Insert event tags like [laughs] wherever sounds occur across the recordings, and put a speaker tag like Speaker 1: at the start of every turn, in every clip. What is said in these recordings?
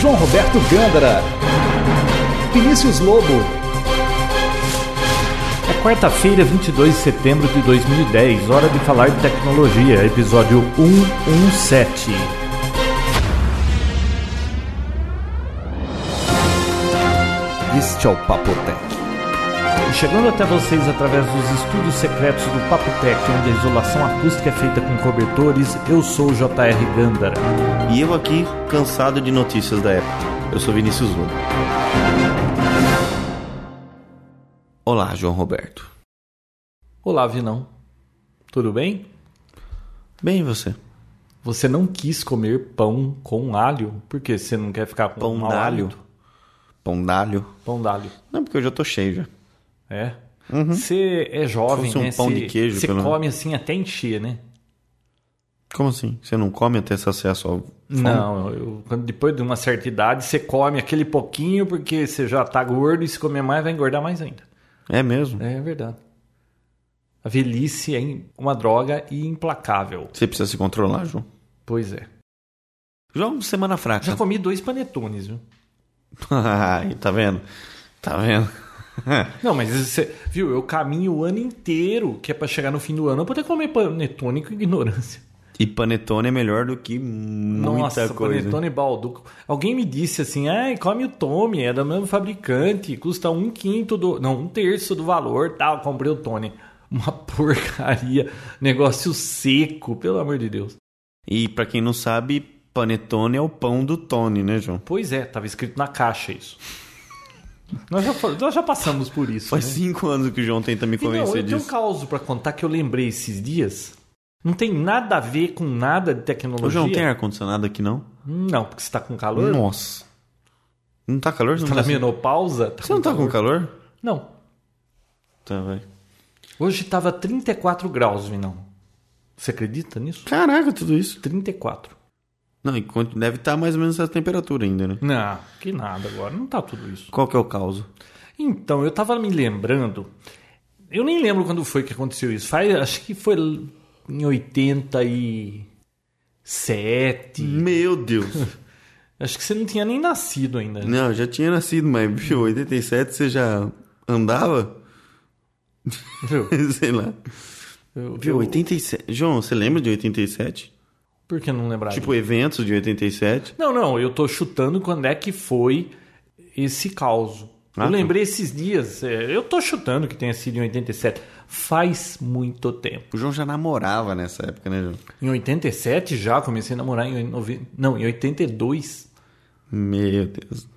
Speaker 1: João Roberto Gândara, Vinícius Lobo.
Speaker 2: É quarta-feira, 22 de setembro de 2010, hora de falar de tecnologia, episódio 117.
Speaker 3: Este é o Papotec.
Speaker 2: E Chegando até vocês através dos estúdios secretos do Papo Tech, onde a isolação acústica é feita com cobertores, eu sou o JR Gândara.
Speaker 4: E eu aqui, cansado de notícias da época. Eu sou Vinícius Luna. Olá, João Roberto.
Speaker 2: Olá, Vinão. Tudo bem?
Speaker 4: Bem, e você?
Speaker 2: Você não quis comer pão com alho? Por quê? Você não quer ficar com
Speaker 4: Pão
Speaker 2: mau
Speaker 4: d'alho?
Speaker 2: hálito?
Speaker 4: Pão d'alho?
Speaker 2: Pão d'alho.
Speaker 4: Não, porque eu já tô cheio já.
Speaker 2: É. Você é jovem,
Speaker 4: Uhum. Fosse um
Speaker 2: né?
Speaker 4: pão
Speaker 2: Você-
Speaker 4: de queijo,
Speaker 2: Você
Speaker 4: pelo menos.
Speaker 2: come assim até encher, né?
Speaker 4: Como assim? Você não come até esse acesso ao...
Speaker 2: Não, eu- quando- depois de uma certa idade, você come aquele pouquinho porque você já tá gordo e se comer mais vai engordar mais ainda.
Speaker 4: É mesmo?
Speaker 2: É verdade. A velhice é im- uma droga e implacável.
Speaker 4: Você precisa se controlar, João.
Speaker 2: Pois é.
Speaker 4: João, semana fraca.
Speaker 2: Já comi dois panetones, viu?
Speaker 4: [laughs] Ai, tá vendo? Tá vendo? [laughs]
Speaker 2: Não, mas você viu, eu caminho o ano inteiro que é pra chegar no fim do ano eu poder comer panetone com ignorância.
Speaker 4: e panetone é melhor do que muita
Speaker 2: Nossa,
Speaker 4: coisa.
Speaker 2: panetone balduco. Alguém me disse assim, ai, come o Tony, é do mesmo fabricante, custa um quinto do. Não, um terço do valor, tal, comprei o Tony. Uma [laughs] porcaria, negócio seco, pelo amor de Deus.
Speaker 4: E pra quem não sabe, panetone é o pão do Tony, né, João?
Speaker 2: Pois é, tava escrito na caixa isso. nós, já, fa- nós já passamos por isso.
Speaker 4: Faz
Speaker 2: né?
Speaker 4: cinco anos que o João tenta me
Speaker 2: Então, eu
Speaker 4: convencer
Speaker 2: tenho um
Speaker 4: disso.
Speaker 2: caos pra contar que eu lembrei esses dias. Não tem nada a ver com nada de tecnologia.
Speaker 4: Ô, João, tem ar-condicionado aqui, não?
Speaker 2: Não, porque você tá com calor.
Speaker 4: Nossa. Não tá calor? Você
Speaker 2: Tá
Speaker 4: não
Speaker 2: na
Speaker 4: tá,
Speaker 2: menopausa.
Speaker 4: você não tá com
Speaker 2: calor?
Speaker 4: calor?
Speaker 2: Não.
Speaker 4: Tá, vai.
Speaker 2: Hoje tava 34 graus, Vinão. Você acredita nisso?
Speaker 4: Caraca, tudo isso.
Speaker 2: 34.
Speaker 4: Não, e quanto- deve estar mais ou menos essa temperatura ainda, né?
Speaker 2: Não, que nada agora. Não tá tudo isso.
Speaker 4: Qual que é o caos?
Speaker 2: Então, eu tava me lembrando. Eu nem lembro quando foi que aconteceu isso. Faz, acho que foi em 87.
Speaker 4: Meu Deus.
Speaker 2: Acho que você não tinha nem nascido ainda.
Speaker 4: [laughs]
Speaker 2: né?
Speaker 4: não, eu já tinha nascido, mas, viu, 87 você já andava?
Speaker 2: Viu?
Speaker 4: [laughs] Sei lá.
Speaker 2: Eu-
Speaker 4: Viu,
Speaker 2: eu-
Speaker 4: 87. João, você lembra de 87?
Speaker 2: Por que não lembrar?
Speaker 4: Tipo, eventos de 87?
Speaker 2: Não, não, eu tô chutando quando é que foi esse caos. eu
Speaker 4: Ah, tá.
Speaker 2: lembrei esses dias, é, eu tô chutando que tenha sido em 87. Faz muito tempo.
Speaker 4: O João já namorava nessa época, né, João?
Speaker 2: Em 87 já comecei a namorar em nove- não, em 82.
Speaker 4: Meu Deus.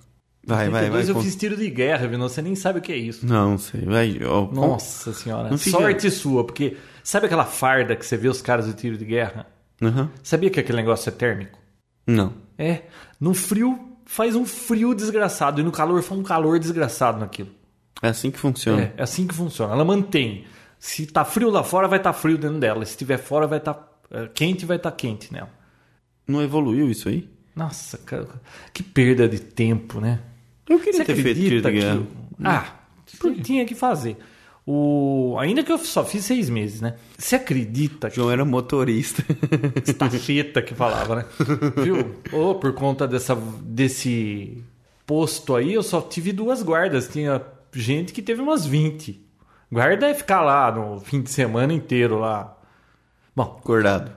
Speaker 4: Vai, vai, vai.
Speaker 2: 82 eu
Speaker 4: con-
Speaker 2: fiz tiro de guerra, viu? você nem sabe o que é isso.
Speaker 4: Não sei. Vai, ó.
Speaker 2: Nossa senhora,
Speaker 4: Não fica-
Speaker 2: sorte sua, porque sabe aquela farda que você vê os caras do tiro de guerra?
Speaker 4: Aham.
Speaker 2: Sabia que aquele negócio é térmico?
Speaker 4: Não.
Speaker 2: É, no frio faz um frio desgraçado e no calor faz um calor desgraçado naquilo.
Speaker 4: É assim que funciona.
Speaker 2: É, é assim que funciona. Ela mantém. Se tá frio lá fora, vai estar frio dentro dela. Se tiver fora, vai estar quente, vai estar quente nela.
Speaker 4: Não evoluiu isso aí?
Speaker 2: Nossa, cara, que perda de tempo, né?
Speaker 4: Eu
Speaker 2: Você
Speaker 4: queria ter feito tiro
Speaker 2: acredita
Speaker 4: de guerra.
Speaker 2: que... Ah, tinha que fazer. O... Ainda que eu só fiz seis meses, né? Você acredita [laughs] que
Speaker 4: João era motorista. [laughs]
Speaker 2: estafeta que falava, né? Viu? Ou por conta dessa, desse posto aí, eu só tive duas guardas. Tinha gente que teve umas 20. Guarda é ficar lá no fim de semana inteiro lá. Bom,
Speaker 4: Acordado.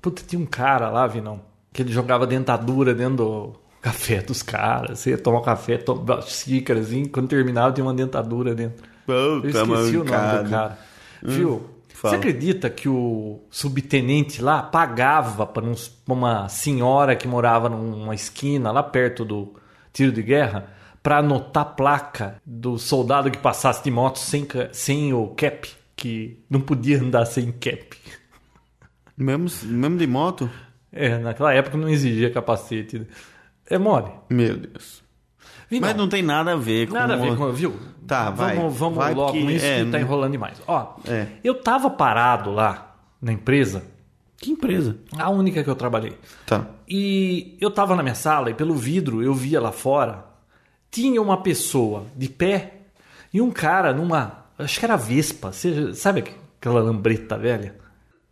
Speaker 2: puta, tinha um cara lá, Vinão, que ele jogava dentadura dentro do café dos caras. Você ia tomar café, tomava xícaras, assim, quando terminava tinha uma dentadura dentro. Eu
Speaker 4: Puta,
Speaker 2: esqueci o nome
Speaker 4: Tá mancado. Hum,
Speaker 2: do cara. Viu?
Speaker 4: fala.
Speaker 2: Você acredita que o subtenente lá pagava para uma senhora que morava numa esquina lá perto do tiro de guerra para anotar a placa do soldado que passasse de moto sem, ca- sem o cap, que não podia andar sem cap.
Speaker 4: Mesmo, mesmo de moto?
Speaker 2: É, naquela época não exigia capacete. né? É mole.
Speaker 4: Meu Deus.
Speaker 2: Vi,
Speaker 4: Mas não tem nada a ver com...
Speaker 2: Nada a ver com. Viu?
Speaker 4: Tá, vai.
Speaker 2: Vamos, vamos
Speaker 4: Vai,
Speaker 2: logo
Speaker 4: porque-
Speaker 2: nisso
Speaker 4: é,
Speaker 2: que tá
Speaker 4: não-
Speaker 2: enrolando demais. Ó,
Speaker 4: É.
Speaker 2: eu tava parado lá na empresa,
Speaker 4: Que empresa?
Speaker 2: a única que eu trabalhei.
Speaker 4: Tá.
Speaker 2: E eu tava na minha sala e pelo vidro eu via lá fora, tinha uma pessoa de pé e um cara numa. Acho que era Vespa, seja, sabe aquela lambreta velha?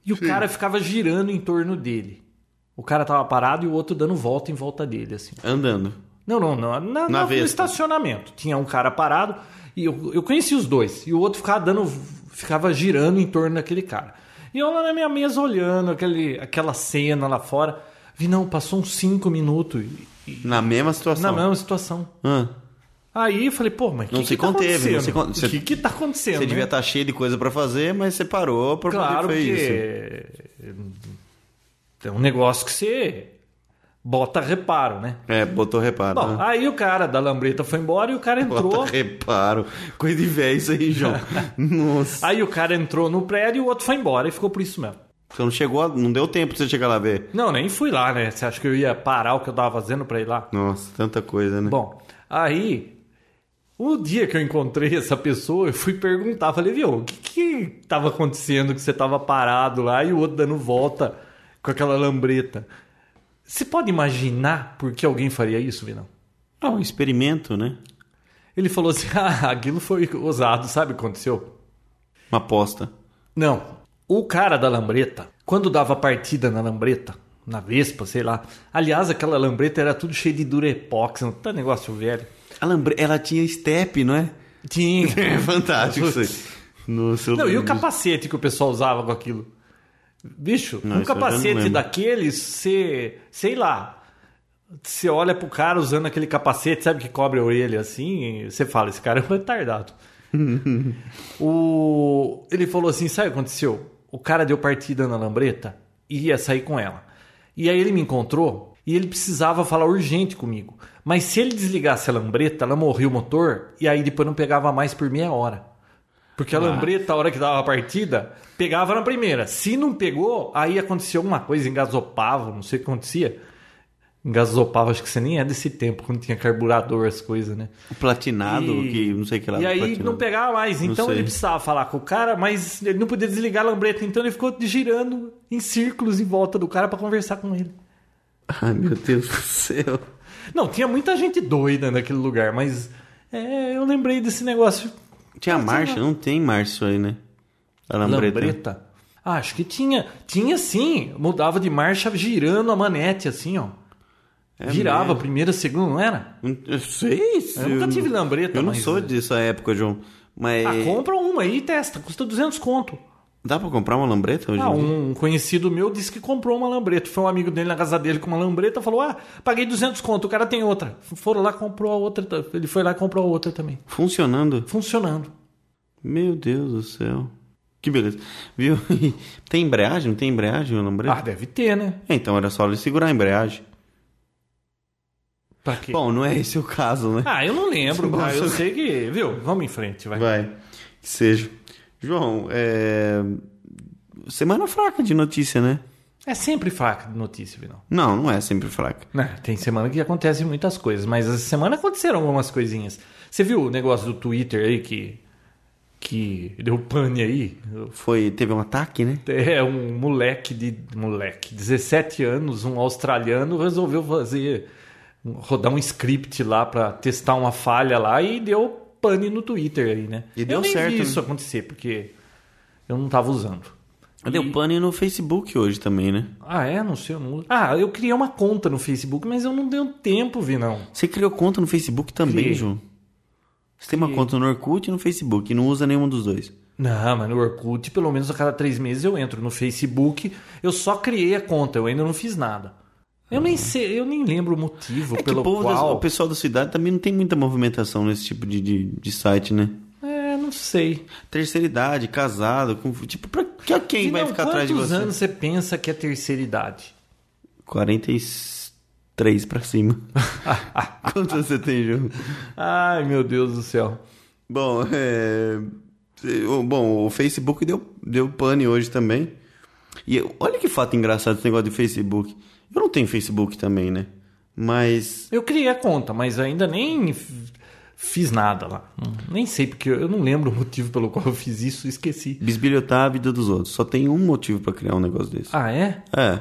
Speaker 2: E o cara ficava girando em torno dele. O cara tava parado e o outro dando volta em volta dele, assim.
Speaker 4: Andando.
Speaker 2: Não, não, não. Na,
Speaker 4: Na
Speaker 2: na- no
Speaker 4: Vespa.
Speaker 2: estacionamento. Tinha um cara parado e eu, eu conheci os dois. E o outro ficava dando. ficava girando em torno daquele cara. E eu lá na minha mesa olhando aquele, aquela cena lá fora. Vi, não, passou uns cinco minutos e- e-
Speaker 4: Na mesma situação.
Speaker 2: na mesma situação.
Speaker 4: Ah,
Speaker 2: Aí eu falei, pô, mas
Speaker 4: Não
Speaker 2: que
Speaker 4: se
Speaker 2: que tá
Speaker 4: conteve, não
Speaker 2: acontecendo?
Speaker 4: se con-
Speaker 2: O que, que tá acontecendo?
Speaker 4: você devia
Speaker 2: né?
Speaker 4: estar cheio de coisa pra fazer, mas você parou pra
Speaker 2: Claro
Speaker 4: poder fazer isso.
Speaker 2: que é um negócio que você bota reparo, né?
Speaker 4: É, botou reparo.
Speaker 2: Bom,
Speaker 4: né?
Speaker 2: aí o cara da lambreta foi embora e o cara entrou.
Speaker 4: Bota reparo. Coisa de velho isso
Speaker 2: [laughs]
Speaker 4: aí, João. Nossa.
Speaker 2: Aí o cara entrou no prédio e o outro foi embora e ficou por isso mesmo.
Speaker 4: Você Então não chegou, a- não deu tempo pra você chegar lá ver.
Speaker 2: Não, nem fui lá, né? Você acha que eu ia parar o que eu tava fazendo pra ir lá?
Speaker 4: Nossa, tanta coisa, né?
Speaker 2: Bom, aí o dia que eu encontrei essa pessoa, eu fui perguntar, falei, viu, o que que tava acontecendo que você tava parado lá e o outro dando volta com aquela lambreta? Você pode imaginar por que alguém faria isso, Vinão?
Speaker 4: Ah, um experimento, né?
Speaker 2: Ele falou assim, [laughs] ah, aquilo foi ousado, sabe o que aconteceu?
Speaker 4: Uma aposta.
Speaker 2: Não. O cara da lambreta, quando dava partida na lambreta, na Vespa, sei lá. Aliás, aquela lambreta era tudo cheio de durepox, não tá negócio velho.
Speaker 4: A lambre- Ela tinha step, não
Speaker 2: [laughs]
Speaker 4: é?
Speaker 2: Tinha.
Speaker 4: É fantástico isso aí. Nossa, eu
Speaker 2: Não, e o
Speaker 4: lembro disso.
Speaker 2: capacete que o pessoal usava com aquilo? Bicho,
Speaker 4: Não,
Speaker 2: um
Speaker 4: isso eu já não
Speaker 2: capacete
Speaker 4: lembro.
Speaker 2: daqueles, você. sei lá. Você olha pro cara usando aquele capacete, sabe que cobre a orelha assim, e você fala, esse cara é um
Speaker 4: [laughs]
Speaker 2: retardado. o... Ele falou assim: sabe o que aconteceu? O cara deu partida na lambreta e ia sair com ela. E aí ele me encontrou e ele precisava falar urgente comigo. Mas se ele desligasse a lambreta, ela morria o motor e aí depois não pegava mais por meia hora. Porque
Speaker 4: Ah.
Speaker 2: a lambreta, a hora que dava a partida, pegava na primeira. Se não pegou, aí acontecia alguma coisa, engasopava, não sei o que acontecia. Engasopava, acho que você nem é desse tempo, quando tinha carburador, as coisas, né?
Speaker 4: O platinado,
Speaker 2: E-
Speaker 4: Ah, que não sei o que lá.
Speaker 2: E aí
Speaker 4: platinado.
Speaker 2: não pegava mais.
Speaker 4: Não
Speaker 2: Então
Speaker 4: sei.
Speaker 2: ele precisava falar com o cara, mas ele não podia desligar a lambreta. Então ele ficou girando em círculos em volta do cara pra conversar com ele.
Speaker 4: Ai, meu Deus do céu.
Speaker 2: Não, tinha muita gente doida naquele lugar, mas é, eu lembrei desse negócio.
Speaker 4: Tinha marcha? Não tem marcha isso aí, né? A lambreta.
Speaker 2: Ah, acho que tinha. Tinha sim. Mudava de marcha girando a manete, assim, ó.
Speaker 4: É
Speaker 2: Girava
Speaker 4: mesmo?
Speaker 2: primeira, segunda, não era?
Speaker 4: Eu sei isso.
Speaker 2: Eu nunca tive lambreta,
Speaker 4: Eu não
Speaker 2: mas- é.
Speaker 4: sou dessa época, João. Mas
Speaker 2: Ah, compra uma aí e testa. Custa 200 conto.
Speaker 4: dá pra comprar uma lambreta hoje?
Speaker 2: Ah,
Speaker 4: em dia?
Speaker 2: um conhecido meu disse que comprou uma lambreta. Foi um amigo dele na casa dele com uma lambreta. Falou, ah, paguei 200 conto. O cara tem outra. Foram lá, comprou a outra. ta- Ele foi lá e comprou a outra também.
Speaker 4: Funcionando?
Speaker 2: Funcionando.
Speaker 4: Meu Deus do céu. Que beleza. Viu? [laughs] tem embreagem? Não tem embreagem a
Speaker 2: Ah,
Speaker 4: lambreta?
Speaker 2: deve ter, né?
Speaker 4: É, Então era só ele segurar a embreagem.
Speaker 2: Pra quê?
Speaker 4: Bom, não é esse o caso, né?
Speaker 2: ah, eu não lembro.
Speaker 4: [laughs] Bom,
Speaker 2: Ah, eu
Speaker 4: eu-
Speaker 2: sei que... Viu? Vamos em frente, vai.
Speaker 4: Vai. Que seja. João, é... semana fraca de notícia, né?
Speaker 2: É sempre fraca de notícia, Vinão.
Speaker 4: Não, não é sempre fraca.
Speaker 2: Né, tem semana que acontecem muitas coisas, mas essa semana aconteceram algumas coisinhas. Você viu o negócio do Twitter aí que. que deu pane aí?
Speaker 4: Foi, teve um ataque, né?
Speaker 2: É, um moleque de. moleque, 17 anos, um australiano, resolveu fazer. rodar um script lá pra testar uma falha lá e deu pane no Twitter aí, né?
Speaker 4: E deu
Speaker 2: eu nem
Speaker 4: certo,
Speaker 2: vi
Speaker 4: né?
Speaker 2: isso acontecer, porque eu não tava usando.
Speaker 4: Deu pane no Facebook hoje também, né?
Speaker 2: Ah, é? Não sei, eu não uso. Ah, eu criei uma conta no Facebook, mas eu não deu tempo, vi não.
Speaker 4: Você criou conta no Facebook também,
Speaker 2: Criei.
Speaker 4: João? Você tem uma conta no Orkut e no Facebook e não usa nenhum dos dois.
Speaker 2: Não, mas no Orkut, pelo menos a cada três meses eu entro. No Facebook, eu só criei a conta, eu ainda não fiz nada. Eu nem sei, eu nem lembro o motivo
Speaker 4: Uhum. É que
Speaker 2: pelo
Speaker 4: o, povo da-
Speaker 2: qual.
Speaker 4: o pessoal da cidade também não tem muita movimentação nesse tipo de, de, de site, né?
Speaker 2: É, não sei.
Speaker 4: Terceira idade, casado, com, tipo, pra que- quem
Speaker 2: E
Speaker 4: vai
Speaker 2: não,
Speaker 4: ficar atrás de
Speaker 2: Quantos
Speaker 4: você?
Speaker 2: anos você pensa que é terceira idade?
Speaker 4: 43 pra cima. [laughs] Quantos anos você tem, João?
Speaker 2: Ai, meu Deus do céu.
Speaker 4: Bom, é... o- Bom, o Facebook deu, deu pane hoje também. E eu- olha que fato engraçado esse negócio de Facebook. Eu não tenho Facebook também, né? Mas
Speaker 2: Eu criei a conta, mas ainda nem f- fiz nada lá.
Speaker 4: Uhum.
Speaker 2: Nem sei, porque eu não lembro o motivo pelo qual eu fiz isso, esqueci.
Speaker 4: bisbilhotar a vida dos outros. Só tem um motivo pra criar um negócio desse.
Speaker 2: Ah, é?
Speaker 4: É.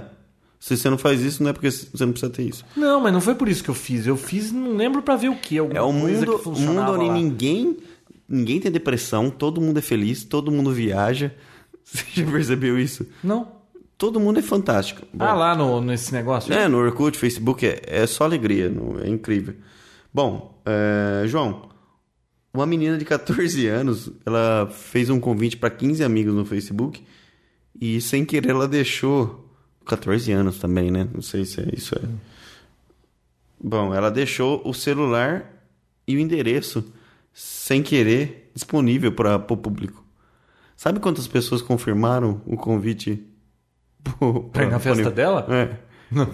Speaker 4: Se você não faz isso, não é porque você não precisa ter isso.
Speaker 2: Não, mas não foi por isso que eu fiz. Eu fiz, não lembro pra ver o que. Alguma
Speaker 4: É um
Speaker 2: coisa
Speaker 4: mundo,
Speaker 2: que
Speaker 4: um
Speaker 2: funcionava
Speaker 4: mundo onde
Speaker 2: lá.
Speaker 4: ninguém, ninguém tem [laughs] depressão, todo mundo é feliz, todo mundo viaja. Você já percebeu isso?
Speaker 2: Não.
Speaker 4: Todo mundo é fantástico. Bom,
Speaker 2: Ah, lá no, nesse negócio.
Speaker 4: É, no Orkut, Facebook, é, é só alegria, no- é incrível. Bom, é, João, uma menina de 14 [laughs] anos, ela fez um convite para 15 amigos no Facebook e sem querer ela deixou 14 anos também, né? Não sei se é isso é. Bom, ela deixou o celular e o endereço sem querer disponível para o público. Sabe quantas pessoas confirmaram o convite? pro-
Speaker 2: Pra ir na festa
Speaker 4: pro-
Speaker 2: dela?
Speaker 4: É.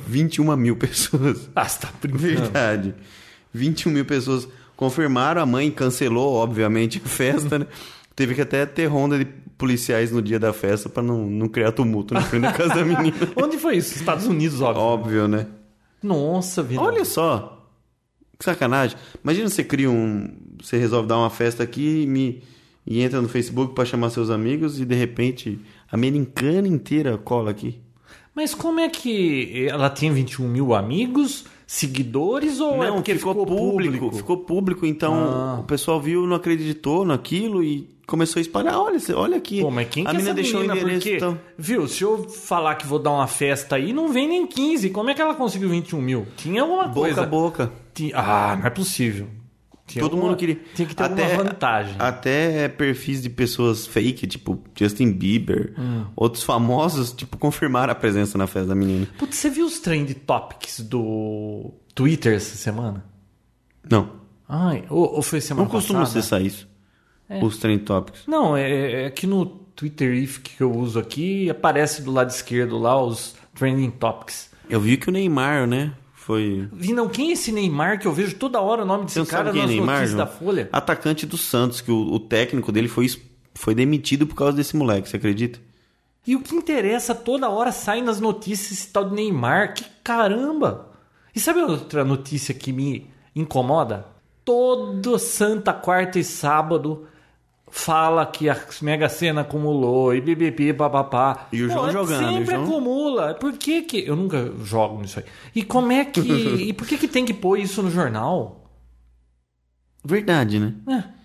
Speaker 4: 21 mil pessoas.
Speaker 2: Ah, você tá brincando.
Speaker 4: Verdade. 21 mil pessoas confirmaram. A mãe cancelou, obviamente, a festa, né? Teve que até ter ronda de policiais no dia da festa pra não, não criar tumulto na frente da casa da menina.
Speaker 2: Onde foi isso? Estados Unidos, óbvio.
Speaker 4: Óbvio, né?
Speaker 2: Nossa, vida.
Speaker 4: Olha só. Que sacanagem. Imagina você cria um. Você resolve dar uma festa aqui e, me- e entra no Facebook pra chamar seus amigos e de repente a americana inteira cola aqui.
Speaker 2: Mas como é que ela tem 21 mil amigos, seguidores ou é porque ficou, público?
Speaker 4: Ficou público, então
Speaker 2: Ah.
Speaker 4: o pessoal viu, não acreditou naquilo e começou a espalhar. Olha, cê- olha aqui.
Speaker 2: Pô, mas quem que
Speaker 4: a
Speaker 2: é
Speaker 4: menina
Speaker 2: essa
Speaker 4: deixou
Speaker 2: menina?
Speaker 4: o endereço
Speaker 2: Porque,
Speaker 4: então.
Speaker 2: Viu, se eu falar que vou dar uma festa aí, não vem nem 15. Como é que ela conseguiu 21 mil? Tinha alguma
Speaker 4: Boca
Speaker 2: coisa.
Speaker 4: a boca.
Speaker 2: Ti- Ah, não é possível. é. Tinha
Speaker 4: Todo
Speaker 2: alguma-
Speaker 4: mundo queria.
Speaker 2: Tinha que ter alguma vantagem.
Speaker 4: Até perfis de pessoas fake, tipo Justin Bieber,
Speaker 2: Hum.
Speaker 4: outros famosos, tipo, confirmaram a presença na festa da menina.
Speaker 2: Putz, você viu os trend topics do Twitter essa semana?
Speaker 4: Não.
Speaker 2: Ai, ou, ou foi
Speaker 4: Não
Speaker 2: semana
Speaker 4: costuma
Speaker 2: passada?
Speaker 4: acessar isso.
Speaker 2: É.
Speaker 4: Os trend topics.
Speaker 2: Não, é, é que no Twitter if que eu uso aqui, aparece do lado esquerdo lá os trending topics.
Speaker 4: Eu vi que o Neymar, né? Foi.
Speaker 2: Vinão, quem é esse Neymar que eu vejo toda hora o nome desse
Speaker 4: Você não
Speaker 2: cara
Speaker 4: sabe quem é
Speaker 2: nas
Speaker 4: Neymar?
Speaker 2: notícias
Speaker 4: João?
Speaker 2: da Folha?
Speaker 4: Atacante do Santos, que o, o técnico dele foi, es- foi demitido por causa desse moleque, você acredita?
Speaker 2: E o que interessa, toda hora sai nas notícias esse tal de Neymar. Que caramba! E sabe outra notícia que me incomoda? Todo santa quarta e sábado fala que a Mega Sena acumulou e bibibi, papapá.
Speaker 4: E o João
Speaker 2: é-
Speaker 4: jogando, e o
Speaker 2: Sempre
Speaker 4: João-
Speaker 2: acumula. Por que que... Eu nunca jogo nisso aí. E como
Speaker 4: [laughs]
Speaker 2: é que... e por que que tem que pôr isso no jornal?
Speaker 4: Verdade, né?
Speaker 2: É.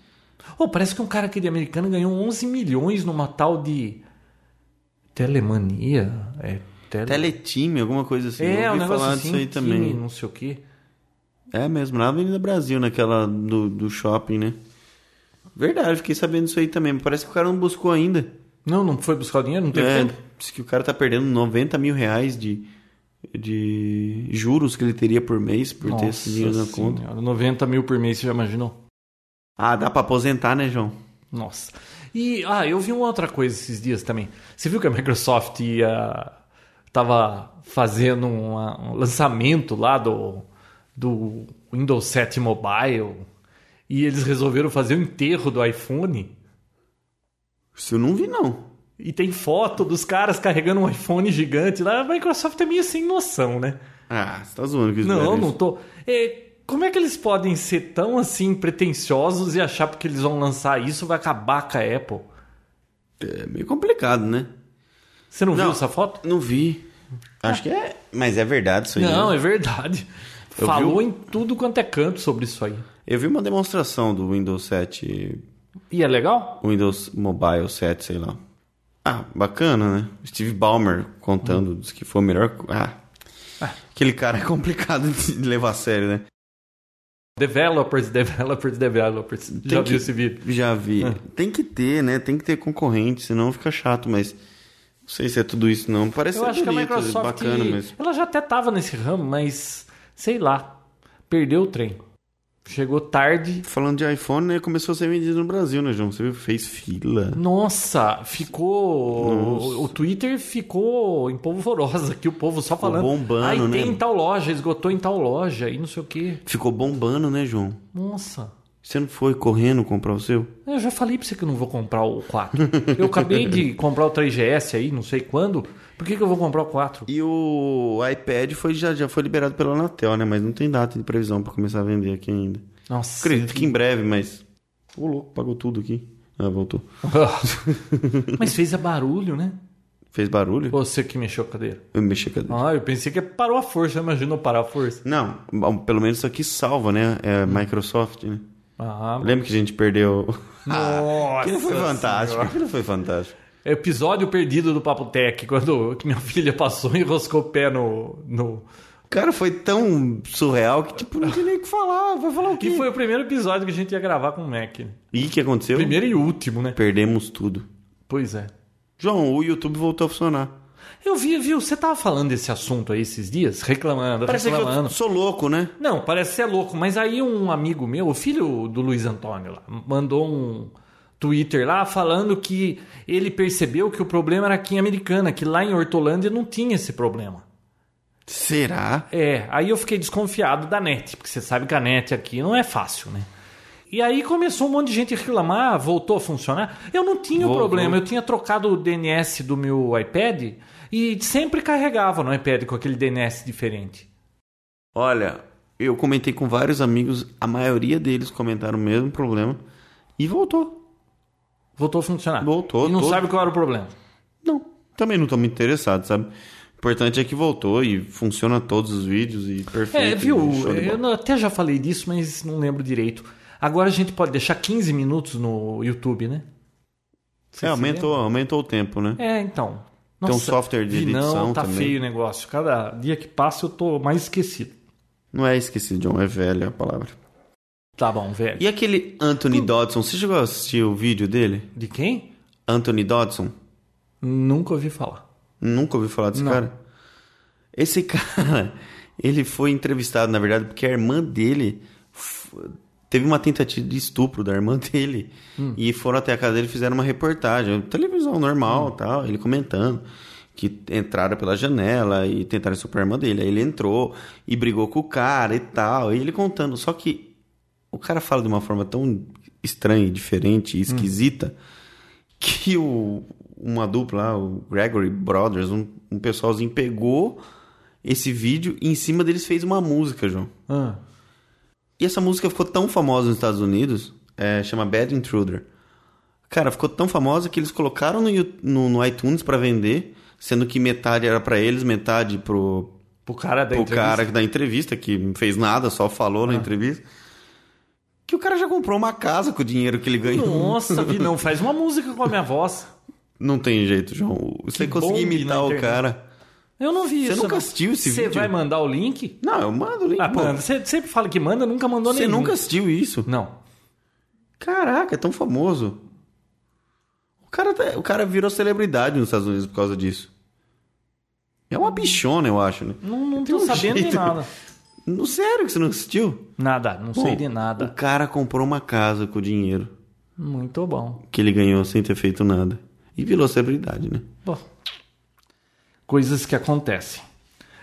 Speaker 2: Oh, parece que um cara aqui de americano ganhou 11 milhões numa tal de... Telemania? É... Tele...
Speaker 4: Teletime, alguma coisa assim.
Speaker 2: É, um
Speaker 4: Eu ouvi
Speaker 2: negócio
Speaker 4: falar
Speaker 2: assim,
Speaker 4: disso aí
Speaker 2: que
Speaker 4: também.
Speaker 2: não sei o quê.
Speaker 4: É mesmo, na Avenida Brasil, naquela do, do shopping, né? Verdade, fiquei sabendo disso aí também. mas Parece que o cara não buscou ainda.
Speaker 2: Não, não foi buscar o dinheiro, não teve
Speaker 4: É,
Speaker 2: tempo.
Speaker 4: diz que o cara tá perdendo 90 mil reais de, de juros que ele teria por mês por ter esse dinheiro na conta.
Speaker 2: Senhora, 90 mil por mês, você já imaginou?
Speaker 4: Ah, dá pra aposentar, né, João?
Speaker 2: Nossa. E, ah, eu vi uma outra coisa esses dias também. Você viu que a Microsoft ia... Tava fazendo uma- um lançamento lá do, do Windows 7 Mobile e eles resolveram fazer o enterro do iPhone.
Speaker 4: Isso eu não vi, não.
Speaker 2: E tem foto dos caras carregando um iPhone gigante lá. A Microsoft é meio sem noção, né?
Speaker 4: Ah, você tá zoando que eles
Speaker 2: Não,
Speaker 4: fizeram
Speaker 2: não
Speaker 4: isso.
Speaker 2: tô. É, como é que eles podem ser tão assim pretensiosos e achar porque eles vão lançar isso vai acabar com a Apple?
Speaker 4: É meio complicado, né?
Speaker 2: Você não, viu
Speaker 4: Não.
Speaker 2: essa foto?
Speaker 4: Não vi. Acho que é. Mas é verdade isso aí.
Speaker 2: Não,
Speaker 4: né?
Speaker 2: é verdade.
Speaker 4: Eu
Speaker 2: Falou
Speaker 4: vi um-
Speaker 2: em tudo quanto é canto sobre isso aí.
Speaker 4: Eu vi uma demonstração do Windows 7
Speaker 2: E é legal?
Speaker 4: Windows Mobile 7, sei lá. Ah, bacana, né? Steve Ballmer contando diz que foi o melhor. co- Ah, aquele cara é complicado de [laughs] levar a sério, né?
Speaker 2: Developers, [laughs] developers, developers. Já
Speaker 4: que-
Speaker 2: viu esse vídeo?
Speaker 4: Já vi.
Speaker 2: Ah.
Speaker 4: Tem que ter, né? Tem que ter concorrente, senão fica chato, mas. Não sei se é tudo isso, não. Parece
Speaker 2: Eu
Speaker 4: ser
Speaker 2: acho que a
Speaker 4: bonito,
Speaker 2: Microsoft.
Speaker 4: bacana, mas.
Speaker 2: Ela já até tava nesse ramo, mas sei lá. Perdeu o trem. Chegou tarde.
Speaker 4: Falando de iPhone, né? Começou a ser vendido no Brasil, né, João? Você viu? Fez fila.
Speaker 2: Nossa, ficou.
Speaker 4: Nossa.
Speaker 2: O, o Twitter ficou em polvorosa, que o povo só falando.
Speaker 4: bombando,
Speaker 2: Aí
Speaker 4: né?
Speaker 2: tem em tal loja, esgotou em tal loja, e não sei o quê.
Speaker 4: Ficou bombando, né, João?
Speaker 2: Nossa.
Speaker 4: Você não foi correndo comprar o seu?
Speaker 2: Eu já falei pra você que eu não vou comprar o 4. Eu acabei
Speaker 4: [laughs]
Speaker 2: de comprar o 3GS aí, não sei quando. Por que, que eu vou comprar o 4?
Speaker 4: E o iPad foi, já, já foi liberado pela Anatel, né? Mas não tem data de previsão pra começar a vender aqui ainda.
Speaker 2: Nossa.
Speaker 4: Acredito que em breve, mas. Ô, louco, pagou tudo aqui. Ah, voltou.
Speaker 2: [laughs] Mas fez a barulho, né?
Speaker 4: Fez barulho?
Speaker 2: Você que mexeu a cadeira.
Speaker 4: Eu mexi a cadeira.
Speaker 2: Ah, eu pensei que parou a força, imaginou parar a força.
Speaker 4: Não, bom, pelo menos isso aqui salva, né? É Microsoft, né?
Speaker 2: Ah,
Speaker 4: Lembra que a gente perdeu.
Speaker 2: Nossa
Speaker 4: Ah, Aquilo foi fantástico. Aquilo foi fantástico.
Speaker 2: episódio perdido do Papo Tech, quando que minha [laughs] filha passou e roscou o pé no. no...
Speaker 4: Cara, foi tão surreal que, tipo, não tinha nem o que falar. Vai falar o quê?
Speaker 2: Que foi o primeiro episódio que a gente ia gravar com o Mac.
Speaker 4: E o que aconteceu?
Speaker 2: Primeiro e último, né?
Speaker 4: Perdemos tudo.
Speaker 2: Pois é.
Speaker 4: João, o YouTube voltou a funcionar.
Speaker 2: Eu vi, viu? Você tava falando desse assunto aí esses dias, reclamando,
Speaker 4: Parece que
Speaker 2: reclamando.
Speaker 4: eu sou louco, né?
Speaker 2: Não, parece ser louco, mas aí um amigo meu, o filho do Luiz Antônio lá, mandou um Twitter lá falando que ele percebeu que o problema era aqui em Americana, que lá em Hortolândia não tinha esse problema.
Speaker 4: Será?
Speaker 2: É, aí eu fiquei desconfiado da net, porque você sabe que a net aqui não é fácil, né? E aí começou um monte de gente a reclamar, voltou a funcionar. Eu não tinha o
Speaker 4: Voltou.
Speaker 2: problema, eu tinha trocado o DNS do meu iPad e sempre carregava no iPad com aquele DNS diferente.
Speaker 4: Olha, eu comentei com vários amigos, a maioria deles comentaram o mesmo problema e voltou.
Speaker 2: Voltou a funcionar.
Speaker 4: Voltou,
Speaker 2: E não
Speaker 4: todo.
Speaker 2: sabe qual era o problema.
Speaker 4: Não, também não estou muito interessado, sabe? O importante é que voltou e funciona todos os vídeos e perfeito.
Speaker 2: É,
Speaker 4: e
Speaker 2: viu?
Speaker 4: show de
Speaker 2: Eu
Speaker 4: bola.
Speaker 2: não- até já falei disso, mas não lembro direito. Agora a gente pode deixar 15 minutos no YouTube, né? Você
Speaker 4: É,
Speaker 2: se
Speaker 4: aumentou, aumentou o tempo, né?
Speaker 2: É, então.
Speaker 4: Tem um software de
Speaker 2: vi, não,
Speaker 4: edição
Speaker 2: tá
Speaker 4: também.
Speaker 2: feio o negócio. Cada dia que passa eu tô mais esquecido.
Speaker 4: Não é esquecido, John, é velha a palavra.
Speaker 2: Tá bom, velho.
Speaker 4: E aquele
Speaker 2: Hum.
Speaker 4: Anthony Dodson, você chegou a assistir o vídeo dele?
Speaker 2: De quem?
Speaker 4: Anthony Dodson?
Speaker 2: Nunca ouvi falar.
Speaker 4: Nunca ouvi falar desse
Speaker 2: Não.
Speaker 4: cara? Esse [laughs] cara, ele foi entrevistado, na verdade, porque a irmã dele f- teve uma tentativa de estupro da irmã [laughs] dele. E foram até a casa dele e fizeram uma reportagem. Televisão normal tal, ele comentando. Que entraram pela janela e tentaram estuprar a irmã dele. Aí ele entrou e brigou com o cara e tal. E ele contando. Só que o cara fala de uma forma tão estranha, diferente e esquisita que o, uma dupla, lá, o Gregory Brothers, um, um pessoalzinho pegou esse vídeo e em cima deles fez uma música, João.
Speaker 2: Ah,
Speaker 4: E essa música ficou tão famosa nos Estados Unidos, é, chama Bad Intruder. Cara, ficou tão famosa que eles colocaram no, Yu- no- no iTunes pra vender, sendo que metade era pra eles, metade pro,
Speaker 2: pro cara da
Speaker 4: pro
Speaker 2: entrevista. Ah.
Speaker 4: cara da entrevista, que não fez nada, só falou na entrevista. Que o cara já comprou uma casa com o dinheiro que ele ganhou.
Speaker 2: Nossa, vi, não. Faz uma música com a minha voz.
Speaker 4: Não tem jeito, João. Você
Speaker 2: Que
Speaker 4: conseguir
Speaker 2: bombe na
Speaker 4: imitar o
Speaker 2: internet.
Speaker 4: cara.
Speaker 2: Eu não vi
Speaker 4: Você
Speaker 2: isso.
Speaker 4: nunca
Speaker 2: não.
Speaker 4: assistiu esse
Speaker 2: Você
Speaker 4: vídeo?
Speaker 2: vai mandar o link?
Speaker 4: Não, eu mando o link.
Speaker 2: Ah,
Speaker 4: pô.
Speaker 2: mano, você sempre fala que manda, nunca mandou
Speaker 4: Você
Speaker 2: nenhum.
Speaker 4: nunca assistiu isso?
Speaker 2: Não.
Speaker 4: Caraca, é tão famoso. O cara, tá- o cara virou celebridade nos Estados Unidos por causa disso. É uma bichona, eu acho, né?
Speaker 2: Não, não
Speaker 4: Tem
Speaker 2: tô
Speaker 4: um
Speaker 2: sabendo de
Speaker 4: jeito.
Speaker 2: nada.
Speaker 4: No sério que você não assistiu?
Speaker 2: Nada, não sei
Speaker 4: Bom,
Speaker 2: de
Speaker 4: O
Speaker 2: nada.
Speaker 4: cara comprou uma casa com o dinheiro
Speaker 2: Muito bom.
Speaker 4: que ele ganhou sem ter feito nada. E virou celebridade, né?
Speaker 2: Bom, coisas que acontecem.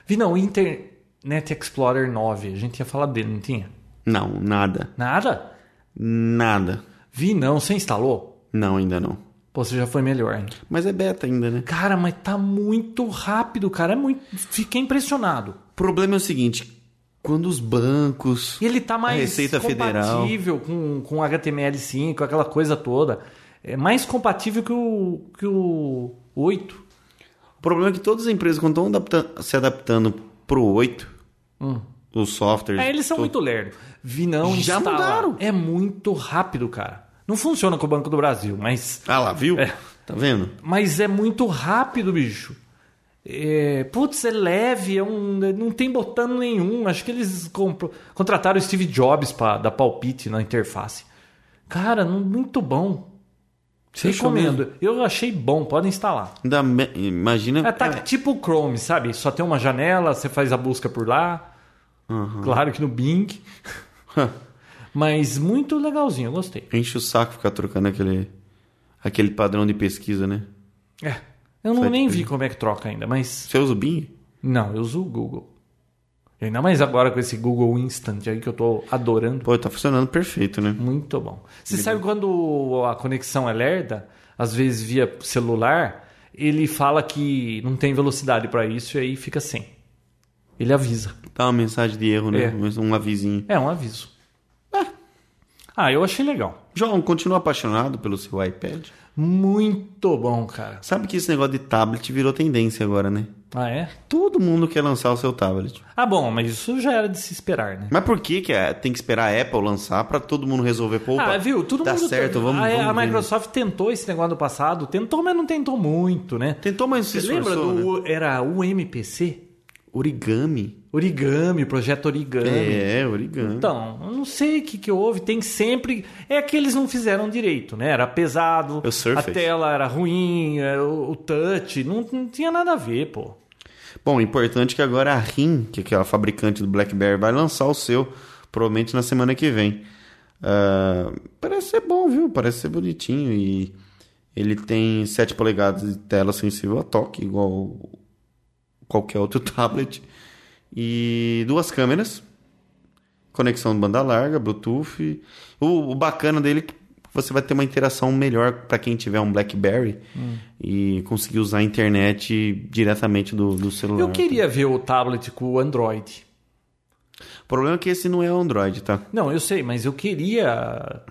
Speaker 2: Vi, não, Internet Explorer 9. A gente ia falar dele, não tinha?
Speaker 4: Não, nada.
Speaker 2: Nada?
Speaker 4: Nada.
Speaker 2: Vi, não. Você instalou?
Speaker 4: Não, ainda não.
Speaker 2: Pô, você já foi melhor, hein?
Speaker 4: Mas é beta ainda, né?
Speaker 2: Cara, mas tá muito rápido, cara. É muito... Fiquei impressionado.
Speaker 4: O problema é o seguinte. Quando os bancos...
Speaker 2: E ele tá mais
Speaker 4: Receita Federal.
Speaker 2: compatível com, com HTML5, aquela coisa toda. É mais compatível que o, que o 8.
Speaker 4: O problema é que todas as empresas, quando estão adapta- se adaptando pro 8,
Speaker 2: Hum.
Speaker 4: os softwares.
Speaker 2: É, eles são
Speaker 4: to-
Speaker 2: muito lerdos. Vi, não,
Speaker 4: Já
Speaker 2: instala.
Speaker 4: mudaram.
Speaker 2: É muito rápido, cara. Não funciona com o Banco do Brasil, mas...
Speaker 4: Ah lá, viu?
Speaker 2: É.
Speaker 4: Tá vendo?
Speaker 2: Mas é muito rápido, bicho. É, putz, é leve, é um, não tem botão nenhum. Acho que eles compro- contrataram o Steve Jobs para dar palpite na interface. Cara, não- muito bom.
Speaker 4: Você achou
Speaker 2: Recomendo. Eu achei bom, podem instalar.
Speaker 4: Ainda me- Imagina.
Speaker 2: É, tá tipo o Chrome, sabe? Só tem uma janela, você faz a busca por lá. Claro que no [laughs] Bing. Mas muito legalzinho, eu gostei.
Speaker 4: é, Enche o saco ficar trocando aquele, aquele padrão de pesquisa, né?
Speaker 2: É, eu não,
Speaker 4: Site
Speaker 2: nem vi
Speaker 4: Bing.
Speaker 2: como é que troca ainda, mas
Speaker 4: Você usa o Bing?
Speaker 2: Não, eu uso o Google. E Ainda mais agora com esse Google Instant aí que eu tô adorando.
Speaker 4: Pô, tá funcionando perfeito, né?
Speaker 2: Muito bom. Você sabe quando a conexão é lerda, às vezes via celular, ele fala que não tem velocidade para isso e aí fica sem. Ele avisa.
Speaker 4: Dá uma mensagem de erro, né?
Speaker 2: É.
Speaker 4: Um avisinho.
Speaker 2: É um aviso. Ah, eu achei legal.
Speaker 4: João, continua apaixonado pelo seu iPad?
Speaker 2: Muito bom, cara.
Speaker 4: Sabe que esse negócio de tablet virou tendência agora, né?
Speaker 2: Ah, é?
Speaker 4: Todo mundo quer lançar o seu tablet.
Speaker 2: Ah, bom, mas isso já era de se esperar, né?
Speaker 4: Mas por que, que a- tem que esperar a Apple lançar pra todo mundo resolver? Pô,
Speaker 2: ah,
Speaker 4: opa,
Speaker 2: viu? Todo
Speaker 4: dá
Speaker 2: mundo
Speaker 4: certo, vamos,
Speaker 2: Ah, é, a,
Speaker 4: vamos
Speaker 2: a
Speaker 4: ver.
Speaker 2: Microsoft tentou esse negócio no passado, tentou, mas não tentou muito, né?
Speaker 4: Tentou, mas se
Speaker 2: Você lembra
Speaker 4: esforçou, né?
Speaker 2: do era um o MPC?
Speaker 4: Origami?
Speaker 2: Origami, projeto Origami.
Speaker 4: É, origami.
Speaker 2: Então, eu não sei o que, que houve, tem sempre. É que eles não fizeram direito, né? Era pesado,
Speaker 4: É o Surface.
Speaker 2: a tela era ruim, era o, o touch, não, não tinha nada a ver, pô.
Speaker 4: Bom, importante que agora a RIM, que é aquela fabricante do BlackBerry, vai lançar o seu, provavelmente na semana que vem. Ah, parece ser bom, viu? Parece ser bonitinho e ele tem 7 polegadas de tela sensível a toque, igual qualquer outro [laughs] tablet. E duas câmeras, conexão de banda larga, Bluetooth. O, o bacana dele é que você vai ter uma interação melhor para quem tiver um BlackBerry
Speaker 2: Hum.
Speaker 4: e conseguir usar a internet diretamente do, do celular.
Speaker 2: Eu queria ver o tablet com o Android.
Speaker 4: O problema é que esse não é Android, tá?
Speaker 2: Não, eu sei, mas eu queria.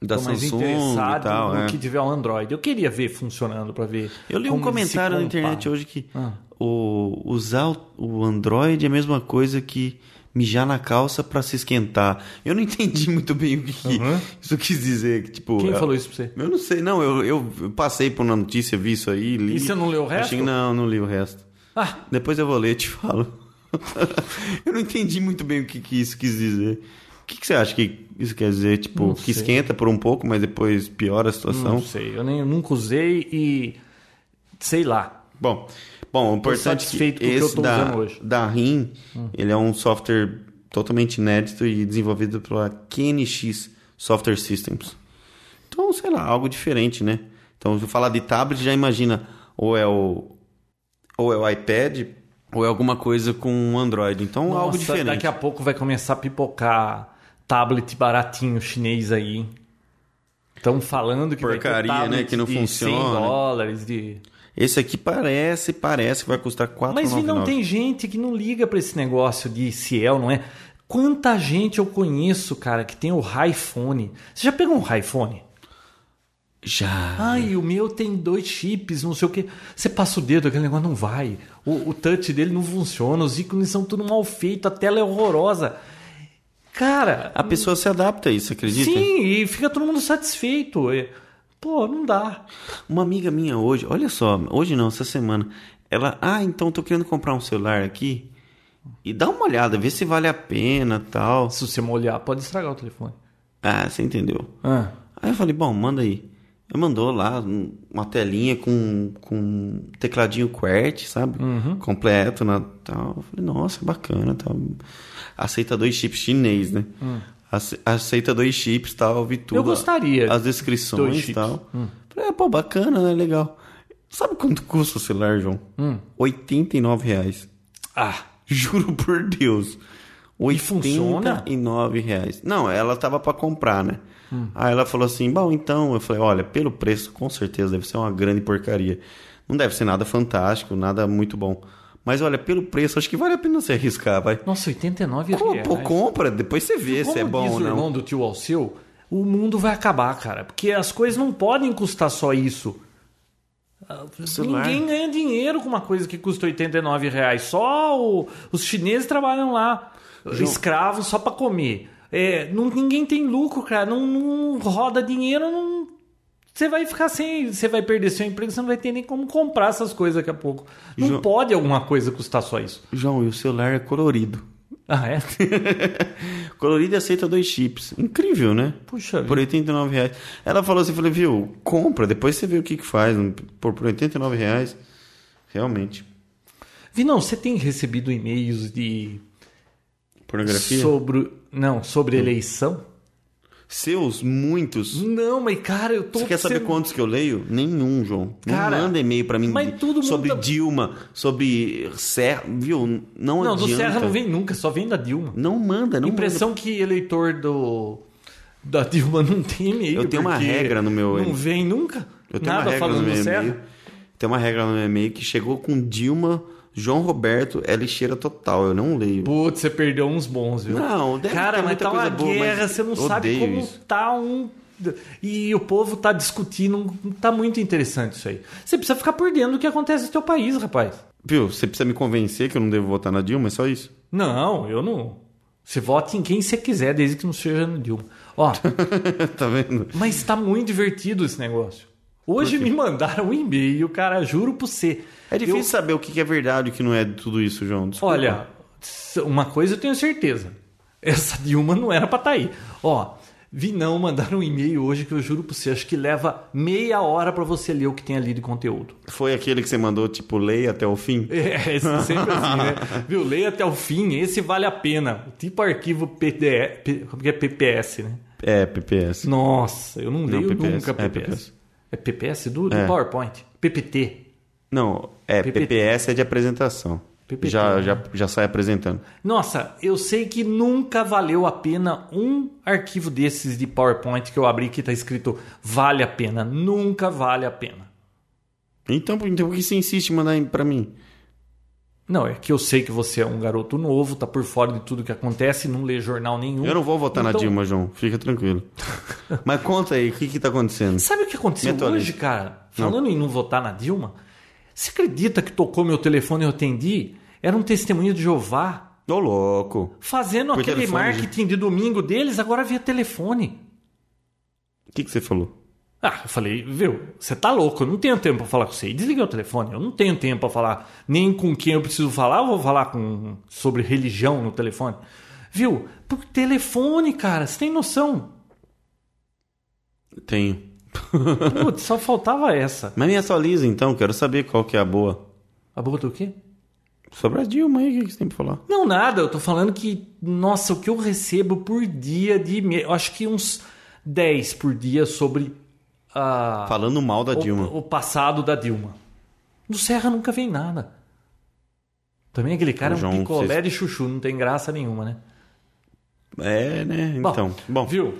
Speaker 4: Da
Speaker 2: Tô mais
Speaker 4: Samsung
Speaker 2: interessado
Speaker 4: e tal.
Speaker 2: no
Speaker 4: é.
Speaker 2: que tiver o Android. Eu queria ver funcionando pra ver.
Speaker 4: Eu li um
Speaker 2: como ele se
Speaker 4: comentário na
Speaker 2: compara.
Speaker 4: internet hoje que
Speaker 2: Ah.
Speaker 4: o, usar o, o Android é a mesma coisa que mijar na calça pra se esquentar. Eu não entendi [laughs] muito bem o que, que
Speaker 2: Uhum.
Speaker 4: isso quis dizer. Que, tipo,
Speaker 2: Quem
Speaker 4: é-
Speaker 2: falou isso pra você?
Speaker 4: Eu não sei, não. Eu, eu- eu passei por uma notícia, vi isso aí, li.
Speaker 2: E você não leu o resto?
Speaker 4: Achei que não, não li o resto.
Speaker 2: Ah,
Speaker 4: Depois eu vou ler, te falo. [laughs] eu não entendi muito bem o que, que isso quis dizer. O que, que você acha que isso quer dizer? Tipo,
Speaker 2: Não
Speaker 4: que
Speaker 2: sei.
Speaker 4: esquenta por um pouco, mas depois piora a situação?
Speaker 2: não sei. Eu nem, eu nunca usei e. Sei lá.
Speaker 4: Bom, bom, o importante é
Speaker 2: satisfeito
Speaker 4: que
Speaker 2: com o que eu
Speaker 4: esse
Speaker 2: tô
Speaker 4: da,
Speaker 2: usando hoje. Hum.
Speaker 4: da RIM, ele é um software totalmente inédito e desenvolvido pela KNX Software Systems. Então, sei lá, algo diferente, né? Então, se eu falar de tablet, já imagina ou é o ou é o iPad ou é alguma coisa com Android. Então, algo
Speaker 2: Nossa,
Speaker 4: diferente.
Speaker 2: Daqui a pouco vai começar a pipocar tablet baratinho chinês aí. Estão falando que
Speaker 4: Porcaria,
Speaker 2: vai ter
Speaker 4: né,
Speaker 2: tablet
Speaker 4: que não
Speaker 2: de
Speaker 4: funciona.
Speaker 2: 100 dólares de
Speaker 4: Esse aqui parece, parece que vai custar 4,99.
Speaker 2: Mas vi, não tem gente que não liga pra esse negócio de Ciel, não é? Quanta gente eu conheço, cara, que tem o iPhone. Você já pegou um iPhone?
Speaker 4: Já.
Speaker 2: Ai, o meu tem dois chips, não sei o quê. Você passa o dedo, aquele negócio não vai. O, o touch dele não funciona, os ícones são tudo mal feito, a tela é horrorosa. Cara,
Speaker 4: A pessoa se adapta a isso, acredita?
Speaker 2: sim, e fica todo mundo satisfeito. É, Pô, não dá.
Speaker 4: Uma amiga minha hoje, olha só, hoje não, essa semana, ela, ah, então tô querendo comprar um celular aqui e dá uma olhada, vê se vale a pena, tal.
Speaker 2: Se você molhar, pode estragar o telefone.
Speaker 4: Ah, você entendeu?
Speaker 2: Ah.
Speaker 4: Aí eu falei, bom, manda aí. Eu mandou lá um- uma telinha com, com um tecladinho QWERTY, sabe?
Speaker 2: Uhum.
Speaker 4: Completo, na, tal. Eu falei, nossa, bacana, tal. Aceita dois chips chinês, né? Ace- Aceita dois chips, tal, eu vi tudo.
Speaker 2: Hum. Eu gostaria
Speaker 4: As
Speaker 2: de dois
Speaker 4: descrições e
Speaker 2: chips. Hum.
Speaker 4: tal. Falei, ah, pô, bacana, né? Legal. Sabe quanto custa o celular, João?
Speaker 2: Hum.
Speaker 4: R$ 89 reais.
Speaker 2: Ah,
Speaker 4: [laughs] Juro por Deus. R$
Speaker 2: funciona?
Speaker 4: 89 reais. Não, ela tava pra comprar, né?
Speaker 2: Hum.
Speaker 4: Aí ela falou assim: bom, então. Eu falei: olha, pelo preço, com certeza deve ser uma grande porcaria. Não deve ser nada fantástico, nada muito bom. Mas olha, pelo preço, acho que vale a pena você arriscar, vai.
Speaker 2: nossa, 89
Speaker 4: Compra,
Speaker 2: reais.
Speaker 4: compra, depois você vê
Speaker 2: É, Como
Speaker 4: se é bom
Speaker 2: diz
Speaker 4: ou
Speaker 2: o
Speaker 4: não.
Speaker 2: irmão do tio Alceu, o mundo vai acabar, cara. Porque as coisas não podem custar só isso. Ah,
Speaker 4: Celular.
Speaker 2: Ninguém ganha dinheiro com uma coisa que custa 89 reais. Só o- os chineses trabalham lá, escravos, só pra comer. É, não- ninguém tem lucro, cara. Não, não roda dinheiro, não- Você vai ficar sem, você vai perder seu emprego, você não vai ter nem como comprar essas coisas daqui a pouco. Não
Speaker 4: Ju-
Speaker 2: pode alguma coisa custar só isso.
Speaker 4: João, e o celular é colorido.
Speaker 2: Ah, é? [laughs]
Speaker 4: colorido e aceita dois chips. Incrível, né?
Speaker 2: Puxa vida.
Speaker 4: Por 89 reais. Ela falou assim, falei, viu, compra, depois você vê o que, que faz. Por, por 89 reais, realmente.
Speaker 2: Vinão, você tem recebido e-mails de
Speaker 4: Pornografia?
Speaker 2: Sobre. Não,
Speaker 4: Hum.
Speaker 2: sobre eleição?
Speaker 4: Seus, muitos.
Speaker 2: Não, mas cara, eu tô.
Speaker 4: Você quer saber
Speaker 2: sendo-
Speaker 4: quantos que eu leio? Nenhum, João. Não
Speaker 2: Cara,
Speaker 4: manda e-mail pra mim
Speaker 2: mas
Speaker 4: de-
Speaker 2: todo mundo
Speaker 4: sobre
Speaker 2: tá-
Speaker 4: Dilma, sobre Serra, viu? Não,
Speaker 2: Não,
Speaker 4: adianta.
Speaker 2: do Serra não vem nunca, só vem da Dilma.
Speaker 4: Não manda, não
Speaker 2: Impressão que eleitor do. Da Dilma não tem e-mail.
Speaker 4: Eu tenho uma
Speaker 2: porque
Speaker 4: regra no meu-
Speaker 2: Não vem nunca.
Speaker 4: Eu tenho
Speaker 2: Nada
Speaker 4: uma regra
Speaker 2: falando
Speaker 4: no meu
Speaker 2: do Serra.
Speaker 4: e-mail. Tem uma regra no meu e-mail que chegou com Dilma, João Roberto, é lixeira total. Eu não leio.
Speaker 2: Putz, você perdeu uns bons, viu?
Speaker 4: Não, deve
Speaker 2: Cara,
Speaker 4: ter
Speaker 2: mas
Speaker 4: muita
Speaker 2: tá uma
Speaker 4: coisa boa, mas
Speaker 2: guerra, você não sabe
Speaker 4: odeio
Speaker 2: como
Speaker 4: isso.
Speaker 2: tá um E o povo tá discutindo, tá muito interessante isso aí. Você precisa ficar por dentro do que acontece no teu país, rapaz.
Speaker 4: Viu, você precisa me convencer que eu não devo votar na Dilma, é só isso? [laughs]
Speaker 2: Não, eu não. Você vota em quem você quiser, desde que não seja no Dilma. [laughs] Ó,
Speaker 4: tá vendo?
Speaker 2: mas tá muito divertido esse negócio. Hoje me mandaram um e-mail, cara, juro pra você.
Speaker 4: É difícil
Speaker 2: Eu-
Speaker 4: saber o que que é verdade e o que não é de tudo isso, João. Desculpa.
Speaker 2: Olha, uma coisa eu tenho certeza. Essa Dilma não era pra tá aí. Ó, vi não mandaram um e-mail hoje que eu juro pra você, acho que leva meia hora pra você ler o que tem ali de conteúdo.
Speaker 4: Foi aquele que você mandou, tipo, leia até o
Speaker 2: [laughs]
Speaker 4: fim?
Speaker 2: É, esse é sempre assim, né? [laughs] Viu? Leia até o fim, esse vale a pena. Tipo arquivo PDF, P- como que é PPS, né?
Speaker 4: É, PPS.
Speaker 2: Nossa, eu não leio
Speaker 4: PPS,
Speaker 2: nunca
Speaker 4: é
Speaker 2: PPS.
Speaker 4: PPS.
Speaker 2: É PPS do, do
Speaker 4: É.
Speaker 2: PowerPoint. PPT.
Speaker 4: Não, é,
Speaker 2: PPT.
Speaker 4: PPS é de apresentação.
Speaker 2: PPT,
Speaker 4: já,
Speaker 2: né?
Speaker 4: já, já sai apresentando.
Speaker 2: Nossa, eu sei que nunca valeu a pena um arquivo desses de PowerPoint que eu abri que tá escrito vale a pena. Nunca vale a pena.
Speaker 4: Então, então por que você insiste em mandar em- pra mim?
Speaker 2: Não, é que eu sei que você é um garoto novo, tá por fora de tudo que acontece, não lê jornal nenhum.
Speaker 4: Eu não vou votar na
Speaker 2: Então,
Speaker 4: Dilma, João.
Speaker 2: [laughs]
Speaker 4: Fica tranquilo. Mas conta aí, o que que tá acontecendo?
Speaker 2: Sabe o que aconteceu
Speaker 4: Me atualiza.
Speaker 2: hoje, cara? Falando em não votar na Dilma, você acredita que tocou meu telefone e eu atendi? Era um testemunho de Jeová
Speaker 4: Ô, louco.
Speaker 2: fazendo
Speaker 4: Por
Speaker 2: aquele
Speaker 4: telefone, né?
Speaker 2: marketing de domingo deles, agora via telefone.
Speaker 4: O que que você falou?
Speaker 2: Ah, eu falei, viu, você tá louco, eu não tenho tempo pra falar com você. E desliguei o telefone, eu não tenho tempo pra falar nem com quem eu preciso falar, eu vou falar com sobre religião no telefone. Viu? Por telefone, cara, você tem noção?
Speaker 4: Tenho.
Speaker 2: Putz, só faltava essa.
Speaker 4: Mas me atualiza então, quero saber qual que é a boa.
Speaker 2: A boca do quê?
Speaker 4: Sobre a Dilma aí, o que que você tem pra falar?
Speaker 2: Não, nada, eu tô falando que, nossa, o que eu recebo por dia de e-mail, eu acho que uns 10 por dia sobre a
Speaker 4: Falando mal da
Speaker 2: o-
Speaker 4: Dilma.
Speaker 2: O, passado da Dilma. Do Serra nunca vem nada. Também aquele cara
Speaker 4: O
Speaker 2: é um
Speaker 4: João,
Speaker 2: picolé
Speaker 4: vocês-
Speaker 2: de chuchu, não tem graça nenhuma, né?
Speaker 4: É, né?
Speaker 2: Bom,
Speaker 4: Então. Bom,
Speaker 2: Viu?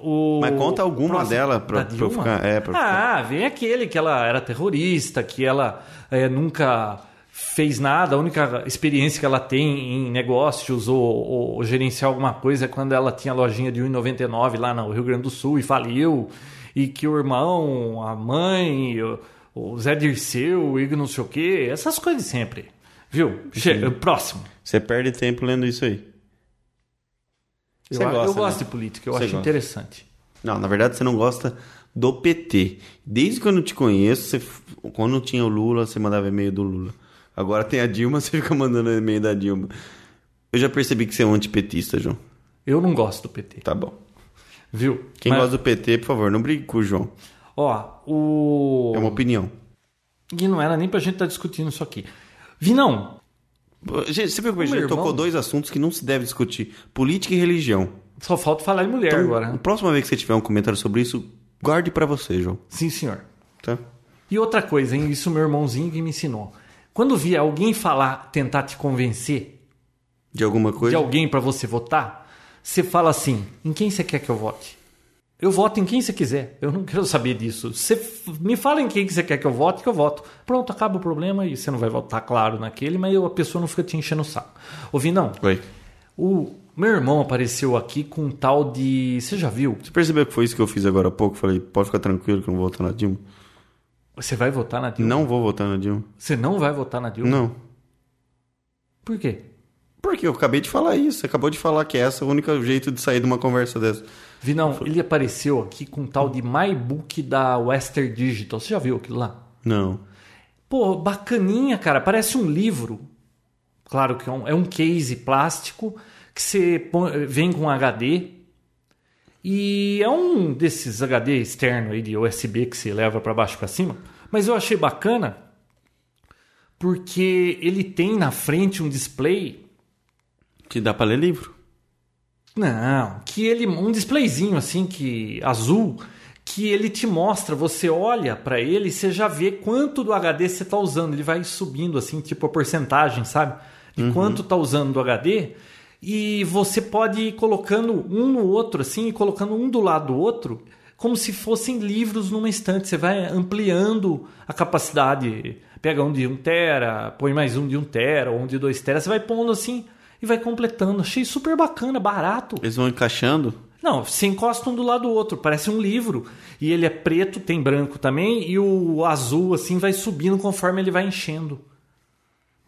Speaker 2: O-
Speaker 4: Mas conta alguma
Speaker 2: próximo-
Speaker 4: dela
Speaker 2: da
Speaker 4: pra- pra eu
Speaker 2: Dilma?
Speaker 4: ficar- é, pra eu
Speaker 2: ah, vem aquele que ela era terrorista, que ela é, nunca fez nada, a única experiência que ela tem em negócios ou, ou gerenciar alguma coisa é quando ela tinha lojinha de 1,99 lá no Rio Grande do Sul e faliu, e que o irmão, a mãe, o, o Zé Dirceu, o Igor não sei o quê, essas coisas sempre. Viu? Chega, próximo.
Speaker 4: você perde tempo lendo isso aí. Você
Speaker 2: eu,
Speaker 4: gosta,
Speaker 2: eu gosto
Speaker 4: né?
Speaker 2: de política, eu
Speaker 4: Você
Speaker 2: acho
Speaker 4: gosta.
Speaker 2: interessante.
Speaker 4: Não, na verdade você não gosta do PT. Desde que eu não te conheço, você f- quando tinha o Lula, você mandava e-mail do Lula. Agora tem a Dilma, [laughs] você fica mandando e-mail da Dilma. Eu já percebi que você é um antipetista, João.
Speaker 2: Eu não gosto do PT.
Speaker 4: Tá bom.
Speaker 2: Viu?
Speaker 4: Quem
Speaker 2: Mas-
Speaker 4: gosta do PT, por favor, não brigue com o João.
Speaker 2: Ó, o.
Speaker 4: É uma opinião.
Speaker 2: E não era nem pra gente estar discutindo isso aqui. Vinão,
Speaker 4: Gente, você viu que a
Speaker 2: O meu
Speaker 4: gente tocou
Speaker 2: irmão-
Speaker 4: dois assuntos que não se deve discutir: política e religião.
Speaker 2: só falta falar de mulher agora.
Speaker 4: A
Speaker 2: né?
Speaker 4: próxima vez que você tiver um comentário sobre isso, guarde pra você, João.
Speaker 2: Sim, senhor.
Speaker 4: Tá?
Speaker 2: E outra coisa, hein? Isso meu irmãozinho que me ensinou. Quando vier alguém falar, tentar te convencer
Speaker 4: De alguma
Speaker 2: de
Speaker 4: coisa?
Speaker 2: alguém pra você votar, você fala assim: em quem você quer que eu vote? Eu voto em quem você quiser. Eu não quero saber disso. Você f- me fala em quem que você quer que eu vote, que eu voto. Pronto, acaba o problema e você não vai votar, claro, naquele, mas eu- a pessoa não fica te enchendo o saco. Ô, Vinão,
Speaker 4: Oi.
Speaker 2: O meu irmão apareceu aqui com um tal de. Você já viu?
Speaker 4: Você percebeu que foi isso que eu fiz agora há pouco? Falei, pode ficar tranquilo que eu não vou votar na Dilma.
Speaker 2: Você vai votar na Dilma?
Speaker 4: Não vou votar na Dilma.
Speaker 2: Você não vai votar na Dilma?
Speaker 4: Não.
Speaker 2: Por quê?
Speaker 4: Porque eu acabei de falar isso. Você acabou de falar que essa é o único jeito de sair de uma conversa dessa.
Speaker 2: Vinão, ele apareceu aqui com um tal de MyBook da Western Digital. Você já viu aquilo lá?
Speaker 4: Não.
Speaker 2: Pô, bacaninha, cara. Parece um livro. Claro que é um, é um case plástico que você põe- vem com HD. E é um desses HD externo aí de USB que você leva para baixo e para cima. Mas eu achei bacana porque ele tem na frente um display
Speaker 4: Que dá pra ler livro.
Speaker 2: não, que ele um displayzinho assim que azul que ele te mostra, você olha pra ele, e você já vê quanto do HD você tá usando, ele vai subindo assim, tipo a porcentagem, sabe? De quanto tá usando do HD e você pode ir colocando um no outro assim, e colocando um do lado do outro, como se fossem livros numa estante, você vai ampliando a capacidade, pega um de 1 tera, põe mais um de 1 tera, ou um de 2 tera, você vai pondo assim e vai completando. Achei super bacana, barato.
Speaker 4: Eles vão encaixando.
Speaker 2: Não, se encosta um do lado do outro, parece um livro. E ele é preto, tem branco também, e o azul, assim, vai subindo conforme ele vai enchendo.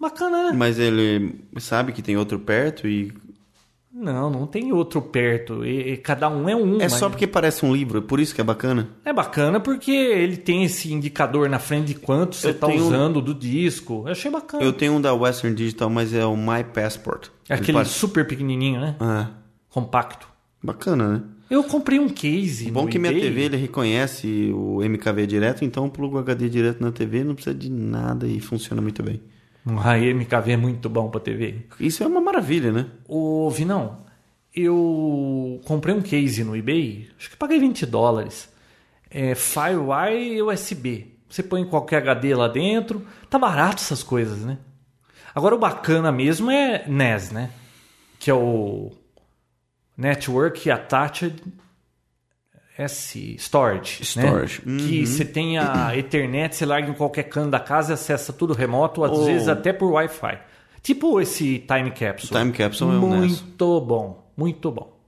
Speaker 2: Bacana, né?
Speaker 4: Mas ele sabe que tem outro perto e.
Speaker 2: Não, não tem outro perto. E, e cada um é um.
Speaker 4: É
Speaker 2: mas-
Speaker 4: só porque parece um livro, por isso que é bacana.
Speaker 2: É bacana porque ele tem esse indicador na frente de quanto você
Speaker 4: Eu
Speaker 2: tá
Speaker 4: tenho- um
Speaker 2: usando do disco. Eu achei bacana.
Speaker 4: Eu tenho um da Western Digital, mas é o My Passport.
Speaker 2: É
Speaker 4: Ele
Speaker 2: aquele
Speaker 4: parece-
Speaker 2: super pequenininho, né?
Speaker 4: Ah,
Speaker 2: Compacto.
Speaker 4: bacana, né?
Speaker 2: Eu comprei um case.
Speaker 4: É Bom
Speaker 2: no
Speaker 4: que minha
Speaker 2: eBay.
Speaker 4: TV ele reconhece o MKV direto, então eu plugo o HD direto na TV, não precisa de nada e funciona muito bem.
Speaker 2: Um Rai MKV é muito bom pra TV.
Speaker 4: Isso é uma maravilha, né?
Speaker 2: Ô, Vinão, eu comprei um case no eBay, acho que paguei 20 dólares. É FireWire e USB. Você põe qualquer HD lá dentro. Tá barato essas coisas, né? Agora o bacana mesmo é NES, né? Que é o Network Attached S Storage. né?
Speaker 4: Storage. Uhum.
Speaker 2: Que você tem a Ethernet, você larga em qualquer canto da casa e acessa tudo remoto, às
Speaker 4: Oh.
Speaker 2: vezes até por Wi-Fi. Tipo esse Time Capsule.
Speaker 4: Time Capsule é um NES.
Speaker 2: Muito bom, muito bom.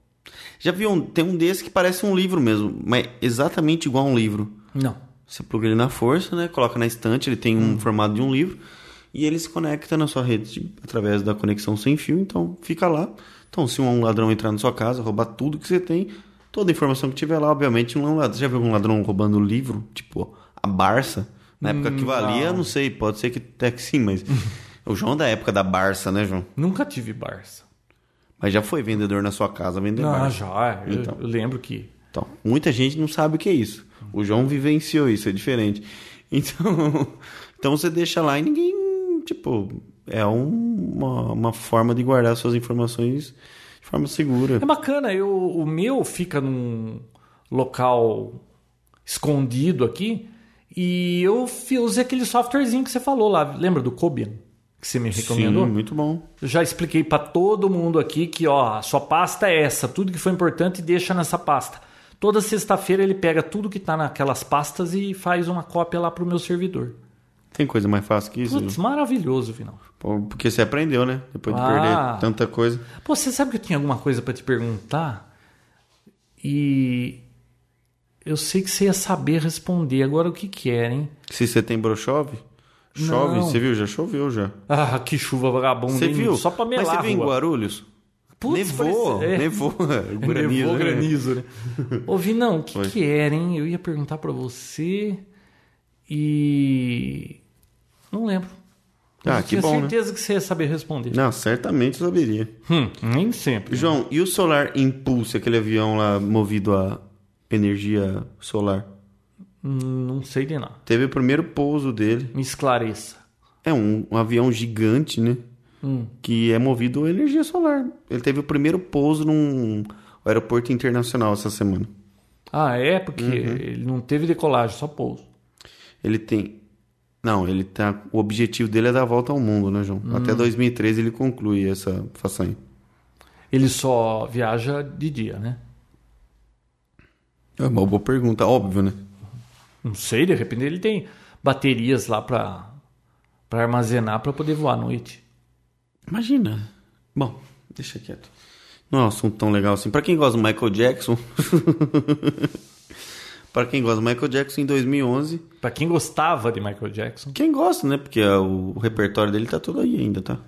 Speaker 4: Já vi um, tem um desse que parece um livro mesmo, mas exatamente igual a um livro.
Speaker 2: Não.
Speaker 4: Você pluga ele na força, né? Coloca na estante, ele tem um formato de um livro e ele se conecta na sua rede através da conexão sem fio, então fica lá. Então, se um ladrão entrar na sua casa, roubar tudo que você tem, toda a informação que tiver lá, obviamente, um ladrão. Você já viu algum ladrão roubando livro? Tipo, a Barça? Na época que valia, não. sei, pode ser que até que sim, mas. o João é da época da Barça, né, João?
Speaker 2: Nunca tive Barça.
Speaker 4: Mas já foi vendedor na sua casa, vender
Speaker 2: Não,
Speaker 4: Barça.
Speaker 2: já. é, Eu,
Speaker 4: Então.
Speaker 2: eu lembro que.
Speaker 4: Então, muita gente não sabe o que é isso. O João vivenciou isso, é diferente. [laughs] Então, então você deixa lá e ninguém, tipo, é um- uma, uma forma de guardar suas informações de forma segura.
Speaker 2: É bacana, eu, o meu fica num local escondido aqui e eu fi- usei aquele softwarezinho que você falou lá. Lembra do Cobian? Que você me
Speaker 4: Sim,
Speaker 2: recomendou?
Speaker 4: muito bom.
Speaker 2: Eu já expliquei pra todo mundo aqui que ó, a sua pasta é essa, tudo que foi importante deixa nessa pasta. Toda sexta-feira ele pega tudo que tá naquelas pastas e faz uma cópia lá pro meu servidor.
Speaker 4: Tem coisa mais fácil que isso?
Speaker 2: Putz,
Speaker 4: João?
Speaker 2: maravilhoso, Vinão.
Speaker 4: Pô, Porque você aprendeu, né? Depois de
Speaker 2: Ah.
Speaker 4: perder tanta coisa.
Speaker 2: Pô, você sabe que eu tinha alguma coisa pra te perguntar e eu sei que você ia saber responder. Agora o que que era, hein?
Speaker 4: Se você tem brochove, chove,
Speaker 2: Não.
Speaker 4: você viu? Já choveu já.
Speaker 2: Ah, que chuva vagabunda,
Speaker 4: Você
Speaker 2: hein?
Speaker 4: viu?
Speaker 2: Só pra melar
Speaker 4: Mas você
Speaker 2: a
Speaker 4: viu em
Speaker 2: rua.
Speaker 4: Guarulhos?
Speaker 2: Putz,
Speaker 4: nevou,
Speaker 2: parece- é.
Speaker 4: nevou. [laughs]
Speaker 2: Granizo,
Speaker 4: né?
Speaker 2: granizo, né? Ô, Vinão, o que,
Speaker 4: Oi.
Speaker 2: que era, hein? Eu ia perguntar pra você e. Não lembro. Mas
Speaker 4: Ah,
Speaker 2: eu
Speaker 4: que
Speaker 2: tinha
Speaker 4: bom, né?
Speaker 2: certeza que você ia saber responder.
Speaker 4: Não, certamente eu saberia.
Speaker 2: Hum, nem sempre.
Speaker 4: João, e o Solar Impulse, aquele avião lá movido a energia solar?
Speaker 2: Hum, Não sei de nada.
Speaker 4: Teve o primeiro pouso dele.
Speaker 2: Me esclareça.
Speaker 4: É um, um avião gigante, né? Que é movido a energia solar. Ele teve o primeiro pouso num aeroporto internacional essa semana.
Speaker 2: Ah, é? Porque
Speaker 4: Uhum.
Speaker 2: ele não teve decolagem, só pouso.
Speaker 4: Ele tem. Não, ele tá. O objetivo dele é dar a volta ao mundo, né, João? Até 2013 ele conclui essa façanha.
Speaker 2: Ele só viaja de dia, né?
Speaker 4: É uma boa pergunta, óbvio, né?
Speaker 2: Não sei, de repente ele tem baterias lá pra, pra armazenar pra poder voar à noite.
Speaker 4: Imagina. Bom, deixa quieto. Não é um assunto tão legal assim. Pra quem gosta do Michael Jackson. [laughs] Pra quem gosta do Michael Jackson em 2011.
Speaker 2: Pra quem gostava de Michael Jackson.
Speaker 4: Quem gosta, né? Porque ah, o repertório dele tá tudo aí ainda, tá?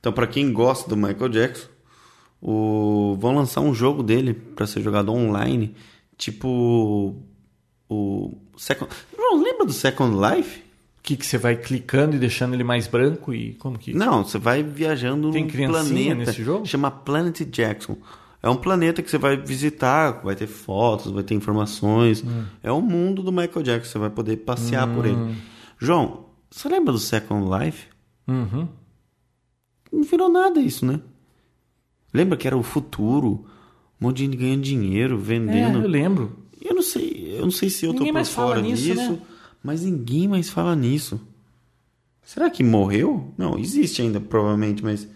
Speaker 4: Então, pra quem gosta do Michael Jackson, o... vão lançar um jogo dele pra ser jogado online. Tipo. O. Second... Não, lembra do Second Life?
Speaker 2: O que, que você vai clicando e deixando ele mais branco e como que.
Speaker 4: Não, você vai viajando
Speaker 2: Tem
Speaker 4: num
Speaker 2: criancinha
Speaker 4: planeta.
Speaker 2: nesse jogo?
Speaker 4: Chama Planet Jackson. É um planeta que você vai visitar, vai ter fotos, vai ter informações.
Speaker 2: Hum.
Speaker 4: É o mundo do Michael Jackson, você vai poder passear por ele. João, você lembra do Second Life?
Speaker 2: Uhum.
Speaker 4: Não virou nada isso, né? Lembra que era o futuro? Um monte de gente ganhando dinheiro,
Speaker 2: É, eu
Speaker 4: vendendo.
Speaker 2: lembro.
Speaker 4: eu não sei, eu não sei se eu
Speaker 2: Ninguém
Speaker 4: tô por
Speaker 2: mais fala
Speaker 4: fora
Speaker 2: nisso,
Speaker 4: disso,
Speaker 2: né?
Speaker 4: mas ninguém mais fala nisso. Será que morreu? Não, existe ainda, provavelmente, mas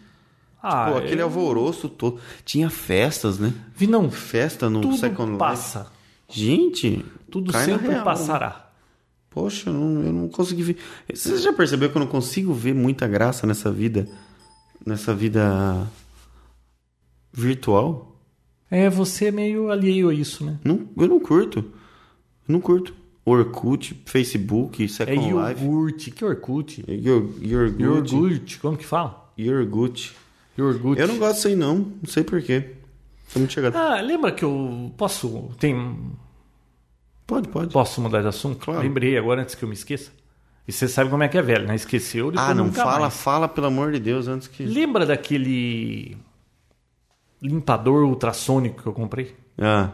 Speaker 2: Ah,
Speaker 4: Pô, aquele
Speaker 2: é...
Speaker 4: alvoroço todo. Tinha festas, né?
Speaker 2: Vinão,
Speaker 4: Festa no
Speaker 2: tudo
Speaker 4: Second Life.
Speaker 2: passa.
Speaker 4: Gente,
Speaker 2: Tudo
Speaker 4: cai na
Speaker 2: sempre
Speaker 4: real. né?
Speaker 2: passará.
Speaker 4: Poxa, eu não, eu não consegui ver. Você já percebeu que eu não consigo ver muita graça nessa vida? Nessa vida virtual?
Speaker 2: É, você é meio alheio a isso, né?
Speaker 4: Não, eu não curto. Eu não curto. Orkut, Facebook,
Speaker 2: É
Speaker 4: Second Life.
Speaker 2: iogurte. Que iogurte?
Speaker 4: Yor- Yorgut.
Speaker 2: Iogurte. Como que fala?
Speaker 4: Yorgut.
Speaker 2: Iogurte.
Speaker 4: Eu não gosto disso aí, não. Não sei porquê. Tô muito chegado.
Speaker 2: Ah, lembra que eu posso... Tem
Speaker 4: Pode, pode.
Speaker 2: Posso mudar de assunto?
Speaker 4: Claro.
Speaker 2: Lembrei agora antes que eu me esqueça. E você sabe como é que é velho, né? Esqueceu, depois
Speaker 4: Ah, não
Speaker 2: nunca
Speaker 4: fala,
Speaker 2: mais.
Speaker 4: fala, pelo amor de Deus, antes que.
Speaker 2: Lembra daquele limpador ultrassônico que eu comprei?
Speaker 4: Ah,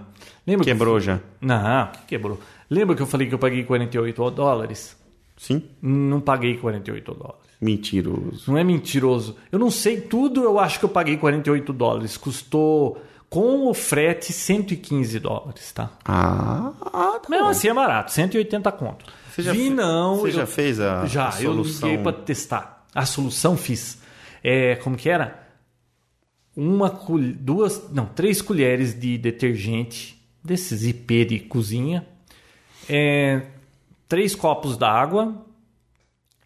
Speaker 2: Lembra
Speaker 4: quebrou já.
Speaker 2: Que... Não, que quebrou. Lembra que eu falei que eu paguei 48 dólares?
Speaker 4: Sim?
Speaker 2: Não paguei 48 dólares.
Speaker 4: Mentiroso.
Speaker 2: Não é mentiroso. Eu não sei tudo, eu acho que eu paguei 48 dólares. Custou com o frete 115 dólares, tá?
Speaker 4: Ah, ah, tá
Speaker 2: Mesmo
Speaker 4: bom.
Speaker 2: assim é barato, 180 conto.
Speaker 4: Você já
Speaker 2: Vi
Speaker 4: fe-
Speaker 2: não.
Speaker 4: você
Speaker 2: eu-
Speaker 4: já fez a-
Speaker 2: Já,
Speaker 4: a solução?
Speaker 2: eu liguei pra testar. A solução fiz. É, como que era? Uma col- duas, não, três colheres de detergente desses IP de cozinha, é, três copos d'água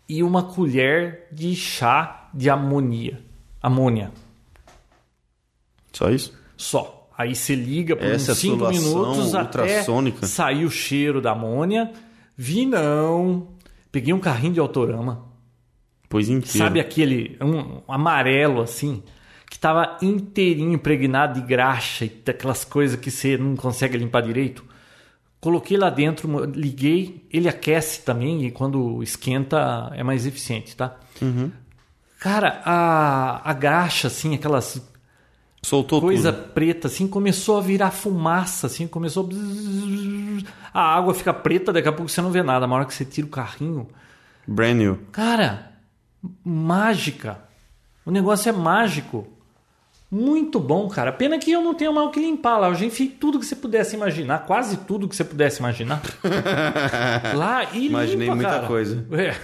Speaker 2: e uma colher de chá de amonia, amônia.
Speaker 4: Só isso?
Speaker 2: Só. Aí você liga por
Speaker 4: Essa é
Speaker 2: uns 5
Speaker 4: solução
Speaker 2: minutos até
Speaker 4: ultrassônica.
Speaker 2: sair o cheiro da amônia. Vi não. Peguei um carrinho de autorama.
Speaker 4: Pois inteiro.
Speaker 2: Sabe aquele um, amarelo assim? Que tava inteirinho impregnado de graxa e daquelas coisas que você não consegue limpar direito. Coloquei lá dentro, mo- liguei. Ele aquece também e quando esquenta é mais eficiente, tá? Cara, a, a graxa, assim, aquelas
Speaker 4: Soltou
Speaker 2: coisa
Speaker 4: tudo.
Speaker 2: preta assim, começou a virar fumaça, assim, começou a... bzzz, a água fica preta, daqui a pouco você não vê nada, na hora que você tira o carrinho.
Speaker 4: Brand new.
Speaker 2: Cara, mágica. O negócio é mágico. Muito bom, cara. Pena que eu não tenho mais o que limpar lá. Eu já enfiei tudo que você pudesse imaginar, quase tudo que você pudesse
Speaker 4: [laughs]
Speaker 2: imaginar. lá e
Speaker 4: Imaginei
Speaker 2: limpa,
Speaker 4: muita
Speaker 2: cara.
Speaker 4: coisa.
Speaker 2: É.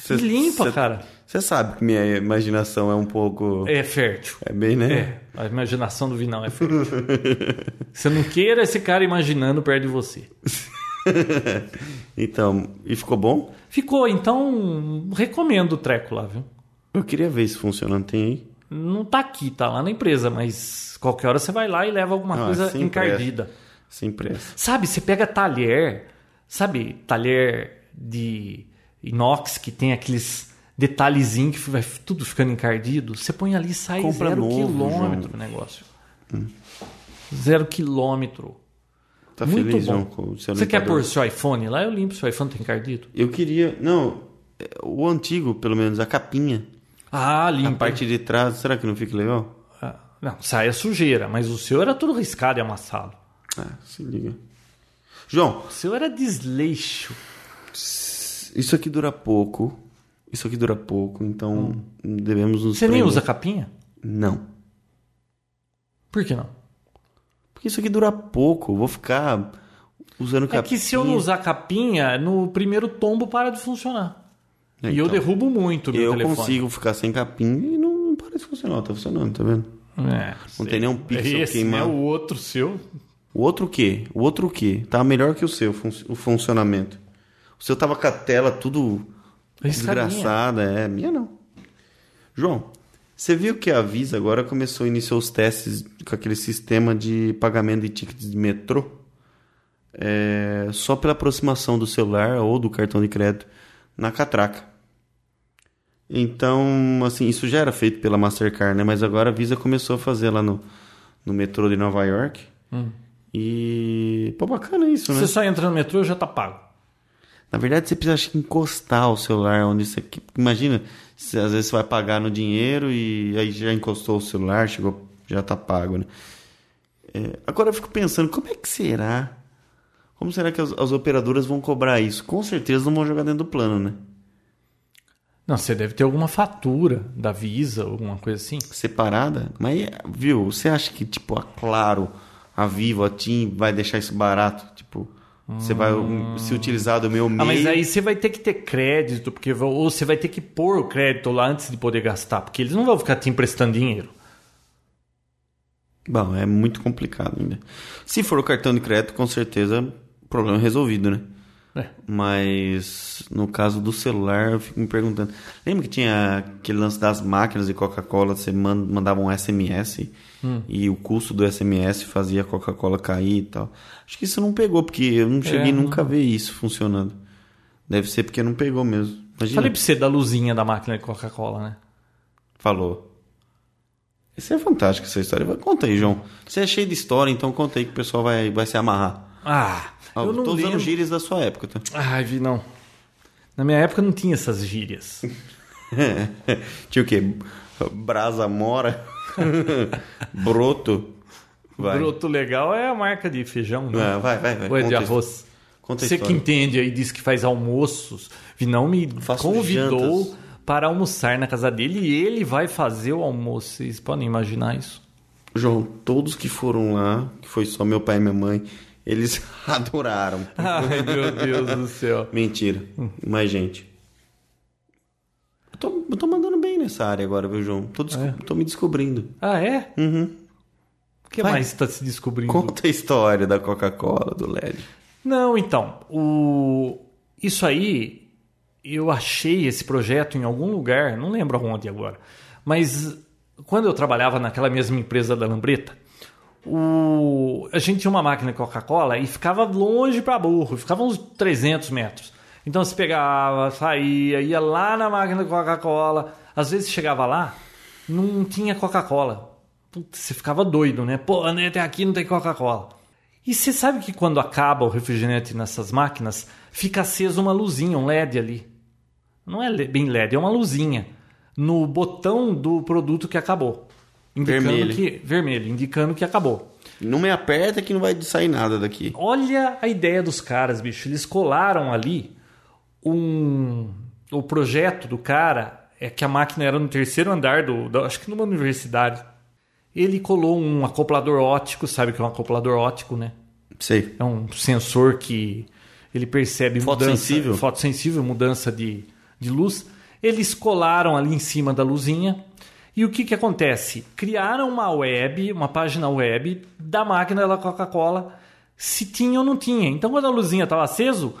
Speaker 4: Cê-
Speaker 2: E limpa,
Speaker 4: cê-
Speaker 2: cara.
Speaker 4: Você sabe que minha imaginação é um pouco. É,
Speaker 2: É fértil.
Speaker 4: bem, né?
Speaker 2: É, a imaginação do Vinão é
Speaker 4: [laughs]
Speaker 2: fértil. você não queira esse cara imaginando perto de você.
Speaker 4: Então, e ficou bom?
Speaker 2: Ficou, então recomendo o treco lá, viu?
Speaker 4: Eu queria ver isso funcionando. Tem aí?
Speaker 2: Não tá aqui, tá lá na empresa, mas qualquer hora você vai lá e leva alguma
Speaker 4: Ah,
Speaker 2: coisa
Speaker 4: sem pressa.
Speaker 2: encardida.
Speaker 4: Sem pressa.
Speaker 2: Sabe, você pega talher, sabe, talher de inox que tem aqueles detalhezinhos que vai tudo ficando encardido, você põe ali e sai
Speaker 4: Compra
Speaker 2: zero
Speaker 4: novo,
Speaker 2: quilômetro o negócio. Zero quilômetro.
Speaker 4: Tá
Speaker 2: Muito
Speaker 4: feliz,
Speaker 2: bom.
Speaker 4: João, com o seu
Speaker 2: Você quer
Speaker 4: limpador?
Speaker 2: pôr seu iPhone lá? Eu limpo seu iPhone, tá encardido?
Speaker 4: Eu queria. Não, é, o antigo, pelo menos, a capinha.
Speaker 2: Ah,
Speaker 4: A
Speaker 2: limpa.
Speaker 4: parte de trás, será que não fica legal?
Speaker 2: Ah, Não, sai a sujeira, mas o seu era tudo riscado e amassado.
Speaker 4: Ah, se liga. João,
Speaker 2: O seu era desleixo.
Speaker 4: isso aqui dura pouco. Isso aqui dura pouco, então devemos nos.
Speaker 2: Hum. Você nem
Speaker 4: prender.
Speaker 2: usa capinha?
Speaker 4: Não.
Speaker 2: Por que não?
Speaker 4: Porque isso aqui dura pouco. Eu vou ficar usando capinha.
Speaker 2: É que se eu não usar capinha, no primeiro tombo para de funcionar.
Speaker 4: É,
Speaker 2: E eu
Speaker 4: então,
Speaker 2: derrubo muito o meu
Speaker 4: eu
Speaker 2: telefone.
Speaker 4: consigo ficar sem capinha e não, não parece funcionar. Tá funcionando, tá vendo?
Speaker 2: É,
Speaker 4: Não tem nenhum Um pixel
Speaker 2: Esse né,
Speaker 4: queimado.
Speaker 2: o outro seu.
Speaker 4: O outro o quê? O outro o quê? Tá melhor que o seu, fun- o funcionamento. O seu tava com a tela tudo
Speaker 2: Riscadinha.
Speaker 4: desgraçada, é. Minha não. João, você viu que a Visa agora começou, iniciou os testes com aquele sistema de pagamento de tickets de metrô? É, só pela aproximação do celular ou do cartão de crédito na catraca. Então, assim, isso já era feito pela Mastercard, né? Mas agora a Visa começou a fazer lá no, no metrô de Nova York. E. Pô, bacana isso, né?
Speaker 2: Você só entra no metrô já tá pago.
Speaker 4: Na verdade, você precisa acho que, encostar o celular onde você. que- Imagina, você, às vezes você vai pagar no dinheiro e aí já encostou o celular, chegou, já tá pago, né? É, agora eu fico pensando, como é que será? Como será que as, as operadoras vão cobrar isso? Com certeza não vão jogar dentro do plano, né?
Speaker 2: Não, você deve ter alguma fatura da Visa, alguma coisa assim.
Speaker 4: Separada. Mas, viu, você acha que, tipo, a Claro, a Vivo, a TIM vai deixar isso barato? Tipo, você vai um, se utilizar do meu meio.
Speaker 2: Hum. Ah, mas aí você vai ter que ter crédito, porque vão- ou você vai ter que pôr o crédito lá antes de poder gastar, porque eles não vão ficar te emprestando dinheiro.
Speaker 4: Bom, é muito complicado ainda. Se for o cartão de crédito, com certeza, problema resolvido, né?
Speaker 2: É.
Speaker 4: Mas no caso do celular, eu fico me perguntando. Lembra que tinha aquele lance das máquinas de Coca-Cola? Você man- mandava um SMS
Speaker 2: Hum.
Speaker 4: e o custo do SMS fazia a Coca-Cola cair e tal. Acho que isso não pegou, porque eu não cheguei
Speaker 2: É, não-
Speaker 4: nunca a ver isso funcionando. Deve ser porque não pegou mesmo. Imagina.
Speaker 2: Falei pra você da luzinha da máquina de Coca-Cola, né?
Speaker 4: Falou. Isso é fantástico, essa história. Vai- Conta aí, João. Você é cheio de história, então conta aí que o pessoal vai, vai se amarrar.
Speaker 2: Ah,
Speaker 4: Ah,
Speaker 2: eu não
Speaker 4: tô usando
Speaker 2: lembro.
Speaker 4: gírias da sua época, tá?
Speaker 2: Ah, Ai, vi não. Na minha época não tinha essas gírias.
Speaker 4: É. [laughs] Tinha o quê? Brasa mora? [laughs] Broto? Vai.
Speaker 2: Broto legal é a marca de feijão, né?
Speaker 4: Ah, vai, vai, vai.
Speaker 2: Ou é de
Speaker 4: Conta a
Speaker 2: arroz.
Speaker 4: Conta a
Speaker 2: Você que
Speaker 4: história.
Speaker 2: entende aí, diz que faz almoços. Vinão me
Speaker 4: Faço
Speaker 2: convidou
Speaker 4: jantas.
Speaker 2: para almoçar na casa dele e ele vai fazer o almoço. Vocês podem imaginar
Speaker 4: [laughs]
Speaker 2: isso?
Speaker 4: João, todos que foram lá, que foi só meu pai e minha mãe, eles [laughs] adoraram.
Speaker 2: Ai, meu Deus do céu.
Speaker 4: Mentira. Mas, gente. Eu tô, eu tô mandando bem nessa área agora, viu, João? Tô,
Speaker 2: É.
Speaker 4: desco- tô me descobrindo.
Speaker 2: Ah, é? O que
Speaker 4: Uhum. Vai.
Speaker 2: mais está se descobrindo?
Speaker 4: Conta a história da Coca-Cola, do LED.
Speaker 2: Não, então, o... isso aí, eu achei esse projeto em algum lugar, não lembro onde agora, mas quando eu trabalhava naquela mesma empresa da Lambreta, o... a gente tinha uma máquina de Coca-Cola e ficava longe para burro, ficava uns 300 metros. Então você pegava, saía, ia lá na máquina de Coca-Cola, às vezes chegava lá, não tinha Coca-Cola. Putz, você ficava doido, né? Pô, André, até aqui não tem Coca-Cola. E você sabe que quando acaba o refrigerante nessas máquinas, fica acesa uma luzinha, um LED ali. Não é le- bem LED, é uma luzinha no botão do produto que acabou. Indicando
Speaker 4: Vermelho.
Speaker 2: que vermelho, indicando que acabou.
Speaker 4: Não me aperta que não vai sair nada daqui.
Speaker 2: Olha a ideia dos caras, bicho. Eles colaram ali um. O projeto do cara é que a máquina era no terceiro andar do. da- acho que numa universidade. Ele colou um acoplador ótico, sabe o que é um acoplador ótico, né?
Speaker 4: Sei.
Speaker 2: É um sensor que ele percebe
Speaker 4: Fotossensível.
Speaker 2: mudança, fotossensível, mudança de, de luz. Eles colaram ali em cima da luzinha. E o que, que acontece? Criaram uma web, uma página web da máquina da Coca-Cola, se tinha ou não tinha. Então, quando a luzinha estava aceso,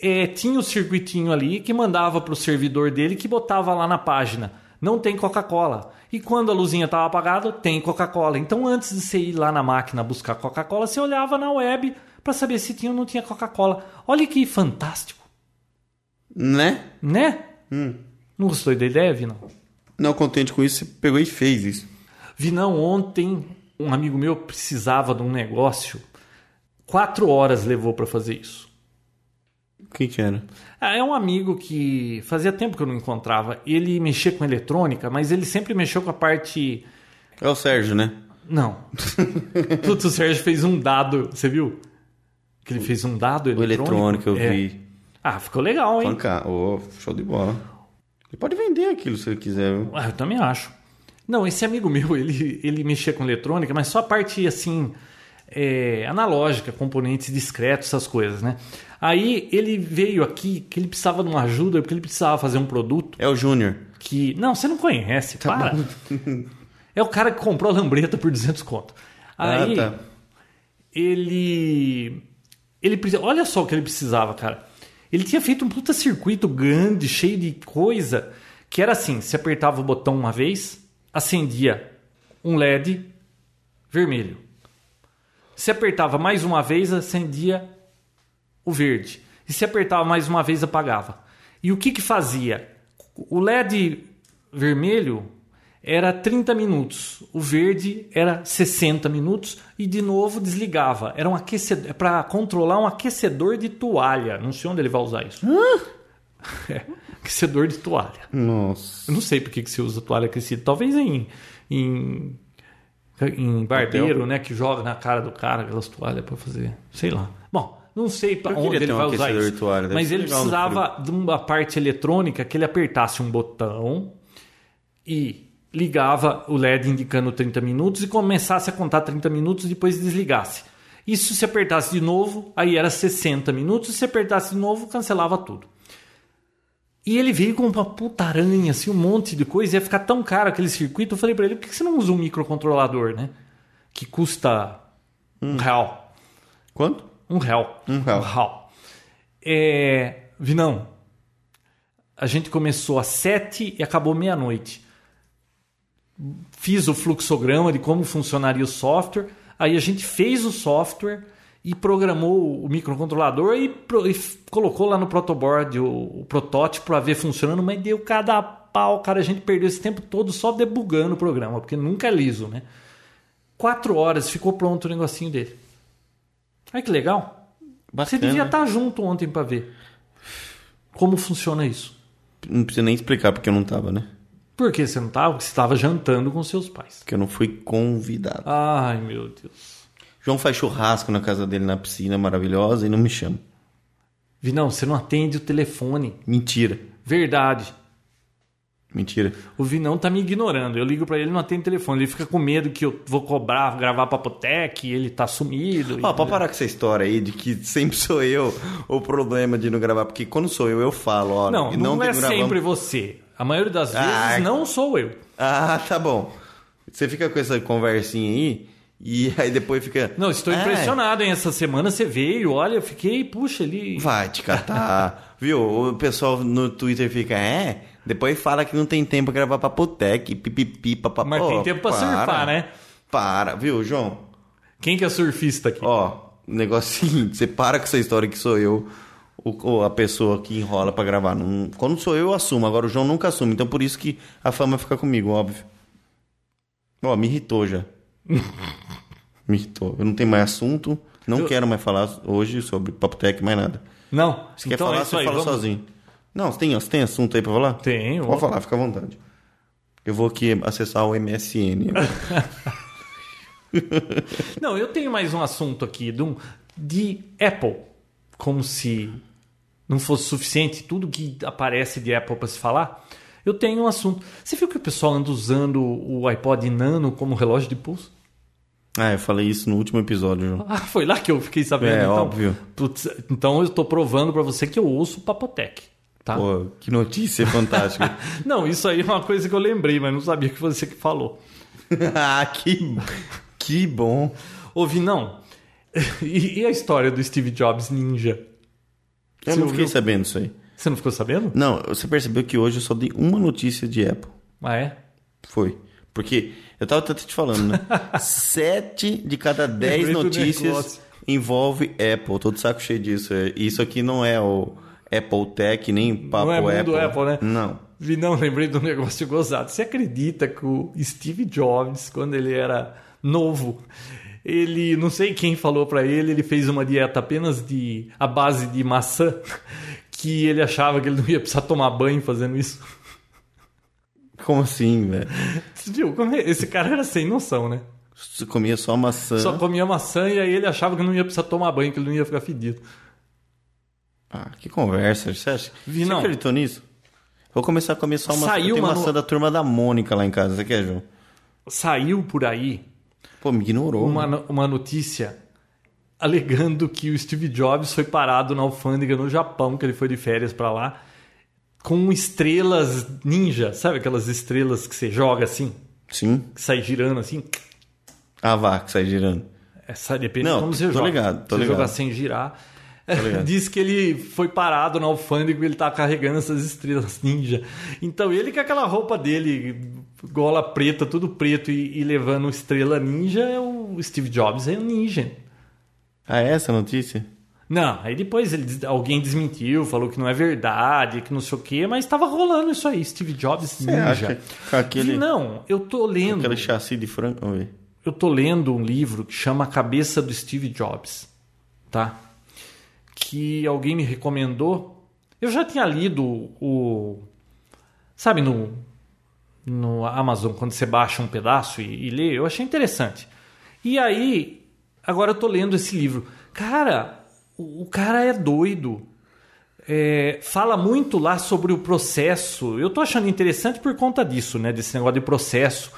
Speaker 2: eh, tinha o circuitinho ali que mandava para o servidor dele que botava lá na página. Não tem Coca-Cola. E quando a luzinha estava apagada, tem Coca-Cola. Então, antes de você ir lá na máquina buscar Coca-Cola, você olhava na web para saber se tinha ou não tinha Coca-Cola. Olha que fantástico,
Speaker 4: Né?
Speaker 2: né? Não gostou da ideia, Vinão?
Speaker 4: Não contente com isso, você pegou e fez isso.
Speaker 2: Vinão, ontem um amigo meu precisava de um negócio. Quatro horas levou para fazer isso.
Speaker 4: O que que era?
Speaker 2: Ah, É um amigo que fazia tempo que eu não encontrava. Ele mexia com eletrônica, mas ele sempre mexeu com a parte.
Speaker 4: É o Sérgio, né? [laughs]
Speaker 2: Não. Putz, o Sérgio fez um dado. Você viu? Que ele fez um dado
Speaker 4: O eletrônico, eu
Speaker 2: É.
Speaker 4: vi.
Speaker 2: Ah, ficou legal, hein?
Speaker 4: Panca... Ô, show de bola. Ele pode vender aquilo se ele quiser. viu?
Speaker 2: Ah, eu também acho. Não, esse amigo [laughs] meu, ele, ele mexia com eletrônica, mas só a parte assim, é, analógica, componentes discretos, essas coisas, né? Aí ele veio aqui que ele precisava de uma ajuda, porque ele precisava fazer um produto
Speaker 4: É o Júnior.
Speaker 2: que. Não, você não conhece,
Speaker 4: Tá
Speaker 2: para. É o cara que comprou a lambreta por 200 conto. Aí
Speaker 4: Ah, tá.
Speaker 2: ele. Ele precisa- Olha só o que ele precisava, cara. Ele tinha feito um puta circuito grande, cheio de coisa, que era assim: você apertava o botão uma vez, acendia um LED vermelho. Se apertava mais uma vez, acendia o verde. E se apertava mais uma vez, apagava. E o que, que fazia? O LED vermelho era 30 minutos, o verde era 60 minutos e de novo desligava. Era um aquecedor para controlar um aquecedor de toalha. Não sei onde ele vai usar isso. [laughs] É, aquecedor de toalha.
Speaker 4: Nossa.
Speaker 2: Eu não sei por que que se usa toalha aquecida. Talvez em, em, em barbeiro, né? Que joga na cara do cara aquelas toalhas pra fazer. Sei lá. Bom, não sei pra
Speaker 4: Eu
Speaker 2: onde
Speaker 4: queria ter
Speaker 2: ele
Speaker 4: um
Speaker 2: vai usar
Speaker 4: aquecedor
Speaker 2: isso.
Speaker 4: de toalha, deve
Speaker 2: mas
Speaker 4: ser
Speaker 2: ele
Speaker 4: legal no
Speaker 2: precisava de uma parte eletrônica que ele apertasse um botão e ligava o LED indicando 30 minutos e começasse a contar 30 minutos e depois desligasse. Isso se apertasse de novo, aí era 60 minutos, se apertasse de novo, cancelava tudo. E ele veio com uma puta aranha, assim, um monte de coisa, ia ficar tão caro aquele circuito. Eu falei pra ele, por que você não usa um microcontrolador, né? Que custa um real.
Speaker 4: Quanto?
Speaker 2: Um real.
Speaker 4: Um real.
Speaker 2: É, Vinão, a gente começou às sete e acabou meia-noite. Fiz o fluxograma de como funcionaria o software, aí a gente fez o software e programou o microcontrolador e, pro, e colocou lá no protoboard o, o protótipo para ver funcionando, mas deu cada pau, cara, a gente perdeu esse tempo todo só debugando o programa, porque nunca é liso, né? Quatro horas, ficou pronto o negocinho dele. Olha que legal. Bacana. Você devia estar junto ontem para ver. Como funciona isso?
Speaker 4: Não precisa nem explicar porque eu não tava, né?
Speaker 2: Por que você não tava? Porque você estava jantando com seus pais.
Speaker 4: Porque eu não fui convidado.
Speaker 2: Ai, meu Deus.
Speaker 4: João faz churrasco na casa dele na piscina maravilhosa e não me chama.
Speaker 2: Vinão, você não atende o telefone.
Speaker 4: Mentira.
Speaker 2: Verdade.
Speaker 4: Mentira.
Speaker 2: O Vinão tá me ignorando. Eu ligo para ele, não atende o telefone. Ele fica com medo que eu vou cobrar, gravar papotec, ele tá sumido.
Speaker 4: Ó, ah, pode parar com essa história aí de que sempre sou eu o problema de não gravar, porque quando sou eu, eu falo, ó.
Speaker 2: Não, não, não é gravamos. sempre você. A maioria das vezes
Speaker 4: é.
Speaker 2: ah, não sou eu.
Speaker 4: Ah, tá bom. Você fica com essa conversinha aí e [laughs] aí depois fica. "É,
Speaker 2: Não, estou ah, impressionado, hein? Essa semana você veio, olha, eu fiquei, puxa, ali.
Speaker 4: Vai te
Speaker 2: [laughs]
Speaker 4: catar. Viu? O pessoal no Twitter fica, é. Depois fala que não tem tempo pra gravar papotec, pipipi, papapá.
Speaker 2: Mas tem tempo pra para, surfar, né?
Speaker 4: Para, viu, João?
Speaker 2: Quem que é surfista aqui?
Speaker 4: Ó, negócio é seguinte, você para com essa história que sou eu ou a pessoa que enrola para gravar. Não, quando sou eu, eu assumo. Agora o João nunca assume. Então por isso que a fama fica comigo, óbvio. Ó, me irritou [laughs] já. me irritou. Eu não tenho mais assunto. Não eu... quero mais falar hoje sobre Papotec, mais nada.
Speaker 2: Não.
Speaker 4: Se então quer falar, é você aí, fala vamos... sozinho. Não, você tem, você tem assunto aí pra falar?
Speaker 2: Tenho.
Speaker 4: Pode falar, fica à vontade. Eu vou aqui acessar o [laughs] MSN.
Speaker 2: Não, eu tenho mais um assunto aqui de, um, de Apple. Como se não fosse suficiente tudo que aparece de Apple para se falar. Eu tenho um assunto. Você viu que o pessoal anda usando o iPod Nano como relógio de pulso? [laughs]
Speaker 4: Ah, eu falei isso no último episódio, João.
Speaker 2: Ah, foi lá que eu fiquei sabendo.
Speaker 4: É,
Speaker 2: então,
Speaker 4: óbvio.
Speaker 2: Putz, então eu estou provando para você que eu ouço o Papotec. Tá.
Speaker 4: Pô, que notícia fantástica.
Speaker 2: não, isso aí é uma coisa que eu lembrei, mas não sabia que foi você que falou.
Speaker 4: [laughs] ah, que, que bom.
Speaker 2: Ouvi, não. [laughs] E, e, a história do Steve Jobs Ninja?
Speaker 4: Eu você não fiquei viu? sabendo isso aí.
Speaker 2: Você não ficou sabendo?
Speaker 4: Não, você percebeu que hoje eu só dei uma notícia de Apple.
Speaker 2: Ah, é?
Speaker 4: Foi. Porque eu tava até te falando,
Speaker 2: [laughs]
Speaker 4: né? Sete de cada dez notícias envolve Apple. Tô de saco cheio disso. Isso aqui não é o. Apple Tech, nem papo
Speaker 2: não é
Speaker 4: Apple.
Speaker 2: Apple né?
Speaker 4: Não.
Speaker 2: Vi, não, [laughs] lembrei do negócio gozado. Você acredita que o Steve Jobs, quando ele era novo, ele, não sei quem falou para ele, ele fez uma dieta apenas de a base de maçã, [laughs] que ele achava que ele não ia precisar tomar banho fazendo isso.
Speaker 4: Como assim, velho?
Speaker 2: Viu? é? Esse cara era sem noção, né?
Speaker 4: Você comia só maçã.
Speaker 2: Só comia maçã e aí ele achava que não ia precisar tomar banho, que ele não ia ficar fedido.
Speaker 4: Ah, que conversa. Você, acha?
Speaker 2: Vi,
Speaker 4: você acreditou nisso? Vou começar a comer só uma
Speaker 2: Saiu
Speaker 4: Tem
Speaker 2: uma
Speaker 4: maçã da turma da Mônica lá em casa. Você quer, João?
Speaker 2: Saiu por aí.
Speaker 4: Pô, me ignorou.
Speaker 2: Uma,
Speaker 4: mano.
Speaker 2: uma notícia alegando que o Steve Jobs foi parado na alfândega no Japão, que ele foi de férias para lá, com estrelas ninja. Sabe aquelas estrelas que você joga assim?
Speaker 4: Sim.
Speaker 2: Que sai girando assim?
Speaker 4: Ah, vá, que sai girando.
Speaker 2: Essa depende Não, de como você
Speaker 4: tô
Speaker 2: joga.
Speaker 4: Ligado, tô
Speaker 2: você
Speaker 4: ligado.
Speaker 2: jogar sem girar. [laughs] Diz que ele foi parado na alfândega e ele tá carregando essas estrelas ninja. Então ele com aquela roupa dele, gola preta, tudo preto e, e levando estrela ninja, é o Steve Jobs é um ninja.
Speaker 4: Ah, é essa a notícia?
Speaker 2: Não, aí depois ele, alguém desmentiu, falou que não é verdade, que não sei o quê, mas estava rolando isso aí, Steve Jobs Você ninja.
Speaker 4: com é aquele,
Speaker 2: e É, não, eu tô lendo.
Speaker 4: Aquele chassi de frango.
Speaker 2: Eu tô lendo um livro que chama A Cabeça do Steve Jobs, tá? que alguém me recomendou. Eu já tinha lido o. Sabe, no, no Amazon, quando você baixa um pedaço e, e lê, eu achei interessante. E aí, agora eu tô lendo esse livro. Cara, o, o cara é doido. É, fala muito lá sobre o processo. Eu tô achando interessante por conta disso, né? Desse negócio de processo,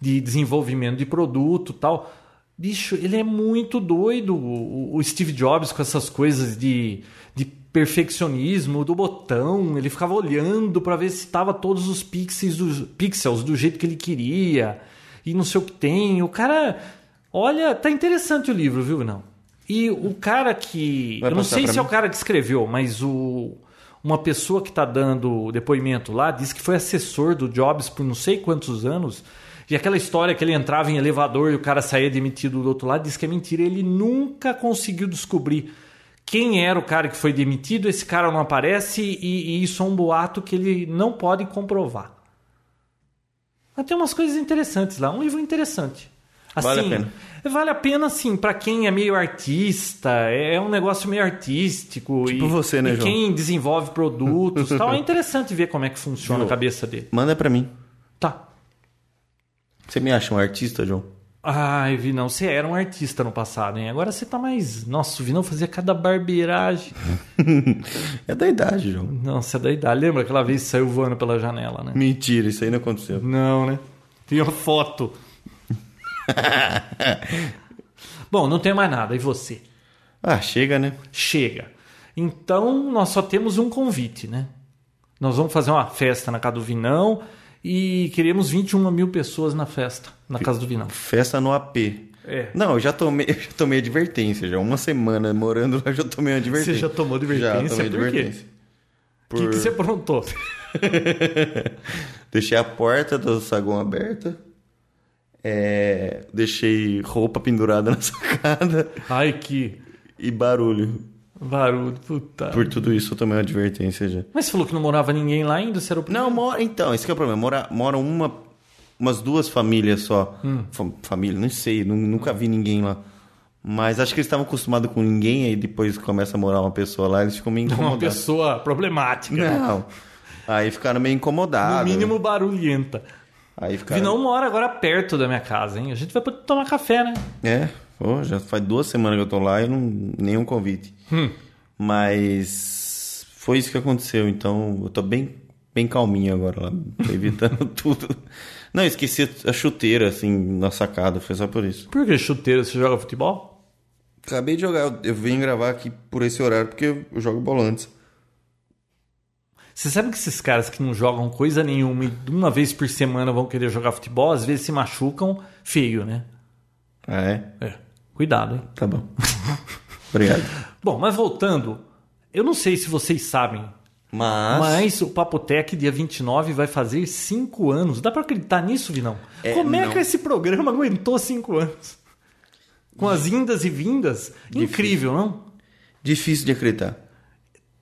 Speaker 2: de desenvolvimento de produto tal. Bicho, ele é muito doido, o Steve Jobs, com essas coisas de, de perfeccionismo do botão. Ele ficava olhando para ver se estava todos os pixels do, pixels do jeito que ele queria e não sei o que tem. O cara, olha, tá interessante o livro, viu? Não. E o cara que.
Speaker 4: Vai
Speaker 2: eu não
Speaker 4: passar
Speaker 2: sei
Speaker 4: pra
Speaker 2: se é o
Speaker 4: mim?
Speaker 2: cara que escreveu, mas o. Uma pessoa que está dando depoimento lá diz que foi assessor do Jobs por não sei quantos anos. E aquela história que ele entrava em elevador e o cara saía demitido do outro lado, diz que é mentira. Ele nunca conseguiu descobrir quem era o cara que foi demitido. Esse cara não aparece e, e isso é um boato que ele não pode comprovar. Mas tem umas coisas interessantes lá, um livro interessante. Assim,
Speaker 4: Vale a pena.
Speaker 2: Vale a pena, assim, pra quem é meio artista, é um negócio meio artístico.
Speaker 4: Tipo
Speaker 2: e,
Speaker 4: você, né,
Speaker 2: e
Speaker 4: João?
Speaker 2: quem desenvolve
Speaker 4: [laughs]
Speaker 2: produtos e tal. É interessante ver como é que funciona a cabeça dele.
Speaker 4: Manda pra mim.
Speaker 2: Tá.
Speaker 4: Você me acha um artista, João?
Speaker 2: Ai, Vinão, você era um artista no passado, hein? Agora você tá mais. Nossa, o Vinão fazia cada barbeiragem.
Speaker 4: é da idade, João.
Speaker 2: Nossa, é da idade. Lembra aquela vez que saiu voando pela janela, né?
Speaker 4: Mentira, isso aí não aconteceu.
Speaker 2: Não, né? Tem uma
Speaker 4: [laughs]
Speaker 2: foto. Bom, não tem mais nada. E você?
Speaker 4: Ah, chega, né?
Speaker 2: Chega. Então, nós só temos um convite, né? Nós vamos fazer uma festa na casa do Vinão e queremos 21 mil pessoas na festa, na casa do Vinão.
Speaker 4: Festa no AP.
Speaker 2: É.
Speaker 4: Não, eu já tomei, [laughs] eu já tomei advertência já. Uma semana morando lá, eu já tomei uma advertência.
Speaker 2: Você já tomou advertência?
Speaker 4: Já tomei
Speaker 2: Por quê?
Speaker 4: advertência.
Speaker 2: O que, que você aprontou?
Speaker 4: Deixei a porta do saguão aberta. É, deixei roupa pendurada [laughs] na sacada
Speaker 2: [laughs] Ai, que
Speaker 4: e barulho.
Speaker 2: barulho, puta.
Speaker 4: Por tudo isso eu tomei uma advertência já.
Speaker 2: Mas você falou que não morava ninguém lá ainda, você era o...
Speaker 4: Não, mora. Então, esse que é o problema. Mora, moram uma, umas duas famílias só.
Speaker 2: Hum.
Speaker 4: Fam- Família, não sei, nu- nunca vi ninguém lá. Mas acho que eles estavam acostumados com ninguém, aí depois começa a morar uma pessoa lá, eles ficam meio
Speaker 2: uma
Speaker 4: incomodados.
Speaker 2: pessoa problemática.
Speaker 4: Não. Aí ficaram meio
Speaker 2: No
Speaker 4: incomodados.
Speaker 2: mínimo barulhenta.
Speaker 4: Aí ficaram.
Speaker 2: Vinão mora agora perto da minha casa, hein? A gente vai poder tomar café, né?
Speaker 4: É, pô, já faz duas semanas que eu tô lá e não, nenhum convite. Mas foi isso que aconteceu, então eu tô bem, bem calminho agora lá, tô evitando [laughs] tudo. Não, esqueci a chuteira, assim, na sacada, foi só por isso.
Speaker 2: Por que chuteira você joga futebol?
Speaker 4: Acabei de jogar, eu, eu vim gravar aqui por esse horário porque eu, eu jogo bola antes.
Speaker 2: Você sabe que esses caras que não jogam coisa nenhuma e de uma vez por semana vão querer jogar futebol, às vezes se machucam feio, né?
Speaker 4: Ah, é?
Speaker 2: É. Cuidado, hein?
Speaker 4: Tá bom. [laughs] Obrigado.
Speaker 2: Bom, mas voltando, eu não sei se vocês sabem,
Speaker 4: Mas,
Speaker 2: mas o Papotec, dia 29, vai fazer 5 anos. Dá pra acreditar nisso, Vinão?
Speaker 4: É,
Speaker 2: Como é
Speaker 4: não.
Speaker 2: que esse programa [laughs] aguentou 5 anos? Com as indas e vindas? Incrível, não?
Speaker 4: difícil de acreditar.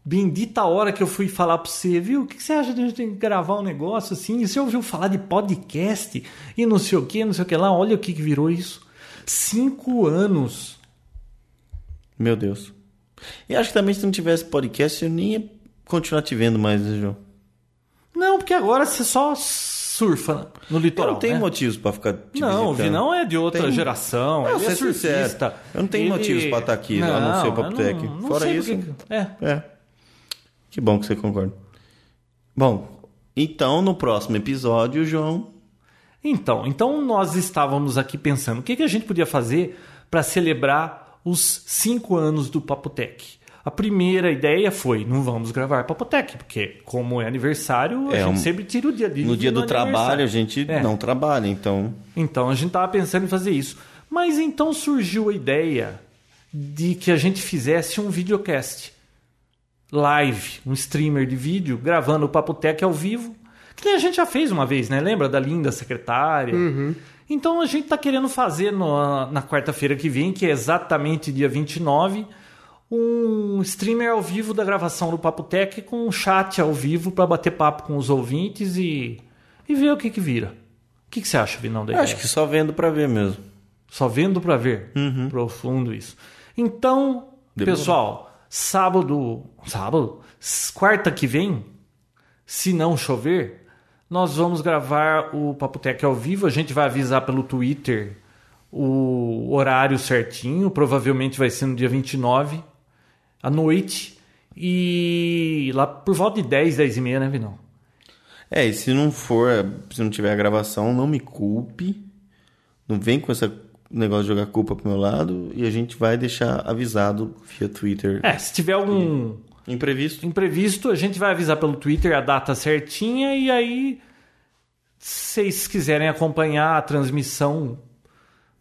Speaker 2: Bendita a hora que eu fui falar pra você, viu? O que que você acha de a gente tem que gravar um negócio assim? E você ouviu falar de podcast e não sei o que, não sei o que lá. Olha o que, que virou isso. Cinco anos.
Speaker 4: Meu Deus. E acho que também se não tivesse podcast, eu nem ia continuar te vendo mais, né, João?
Speaker 2: Não, porque agora você só surfa no
Speaker 4: Eu
Speaker 2: litoral.
Speaker 4: não tenho
Speaker 2: né?
Speaker 4: motivos pra ficar te
Speaker 2: Não, o
Speaker 4: visitando.
Speaker 2: Vinão é de outra
Speaker 4: Tem-
Speaker 2: geração.
Speaker 4: Não,
Speaker 2: ele é
Speaker 4: ser sincero,
Speaker 2: surfista.
Speaker 4: eu não tenho motivos pra estar aqui, a não ser o Papo
Speaker 2: eu
Speaker 4: Tech.
Speaker 2: não
Speaker 4: Fora
Speaker 2: sei
Speaker 4: isso-
Speaker 2: porque- É.
Speaker 4: É. Que bom que você concorda. Bom, então no próximo episódio, João.
Speaker 2: Então, então nós estávamos aqui pensando o que, que a gente podia fazer para celebrar os cinco anos do Papotec. A primeira ideia foi, não vamos gravar Papotec, porque como é aniversário, a
Speaker 4: É,
Speaker 2: gente
Speaker 4: um-
Speaker 2: sempre tira o dia livre
Speaker 4: No dia do trabalho, a
Speaker 2: aniversário.
Speaker 4: gente
Speaker 2: É.
Speaker 4: não trabalha, então.
Speaker 2: Então a gente estava pensando em fazer isso. Mas então surgiu a ideia de que a gente fizesse um videocast live, um streamer de vídeo, gravando o Papotec ao vivo. Que nem a gente já fez uma vez, né? Lembra da linda secretária?
Speaker 4: Uhum.
Speaker 2: Então a gente está querendo fazer no- na quarta-feira que vem, que é exatamente dia 29, um streamer ao vivo da gravação do Papotec com um chat ao vivo para bater papo com os ouvintes e, e ver o que, que vira. O que, que você acha, Vinão? da
Speaker 4: Eu acho
Speaker 2: ideia?
Speaker 4: que só vendo pra ver mesmo.
Speaker 2: Só vendo pra ver. Profundo isso. Então,
Speaker 4: Demorou.
Speaker 2: pessoal, sábado, sábado, S- quarta que vem, se não chover, nós vamos gravar o Papotec ao vivo. A gente vai avisar pelo Twitter o horário certinho. Provavelmente vai ser no dia 29, à noite. E lá por volta de 10, 10 e meia, né, Vinão?
Speaker 4: É, e se não for, se não tiver a gravação, não me culpe. Não vem com esse negócio de jogar culpa pro meu lado. E a gente vai deixar avisado via Twitter.
Speaker 2: É, se tiver algum...
Speaker 4: Imprevisto.
Speaker 2: imprevisto, a gente vai avisar pelo Twitter a data certinha e aí se vocês quiserem acompanhar a transmissão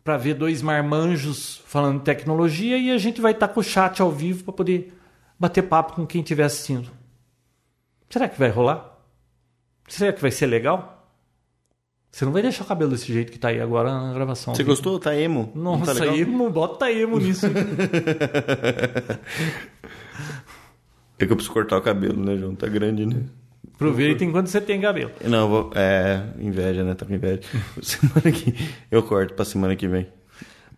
Speaker 2: para ver dois marmanjos falando de tecnologia e a gente vai estar com o chat ao vivo para poder bater papo com quem estiver assistindo. Será que vai rolar? Será que vai ser legal? Você não vai deixar o cabelo desse jeito que tá aí agora na gravação.
Speaker 4: Você
Speaker 2: viu?
Speaker 4: gostou? Tá emo? Não
Speaker 2: Nossa,
Speaker 4: tá legal?
Speaker 2: emo, bota emo
Speaker 4: [laughs]
Speaker 2: nisso.
Speaker 4: É que eu preciso cortar o cabelo, né, João? Tá grande, né?
Speaker 2: Aproveita enquanto você tem cabelo.
Speaker 4: Não, eu vou. É, inveja, né? Tá com inveja. semana que. Eu corto pra semana que vem.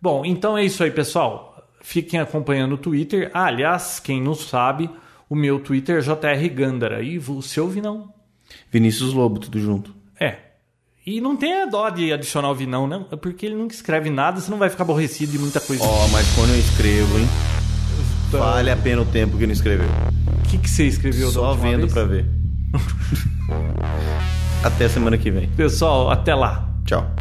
Speaker 2: Bom, então é isso aí, pessoal. Fiquem acompanhando o Twitter. Ah, aliás, quem não sabe, o meu Twitter é JR Gandara. E você ouve não?
Speaker 4: Vinícius Lobo, tudo junto.
Speaker 2: É. E não tenha dó de adicionar o Vinão, né? É Porque ele nunca escreve nada, você não vai ficar aborrecido de muita coisa.
Speaker 4: Ó, mas quando eu escrevo, hein? Vale a pena o tempo que não escreveu.
Speaker 2: O que, que você escreveu da
Speaker 4: Só
Speaker 2: última
Speaker 4: vendo
Speaker 2: vez?
Speaker 4: pra ver. Até semana que vem.
Speaker 2: Pessoal, até lá.
Speaker 4: Tchau.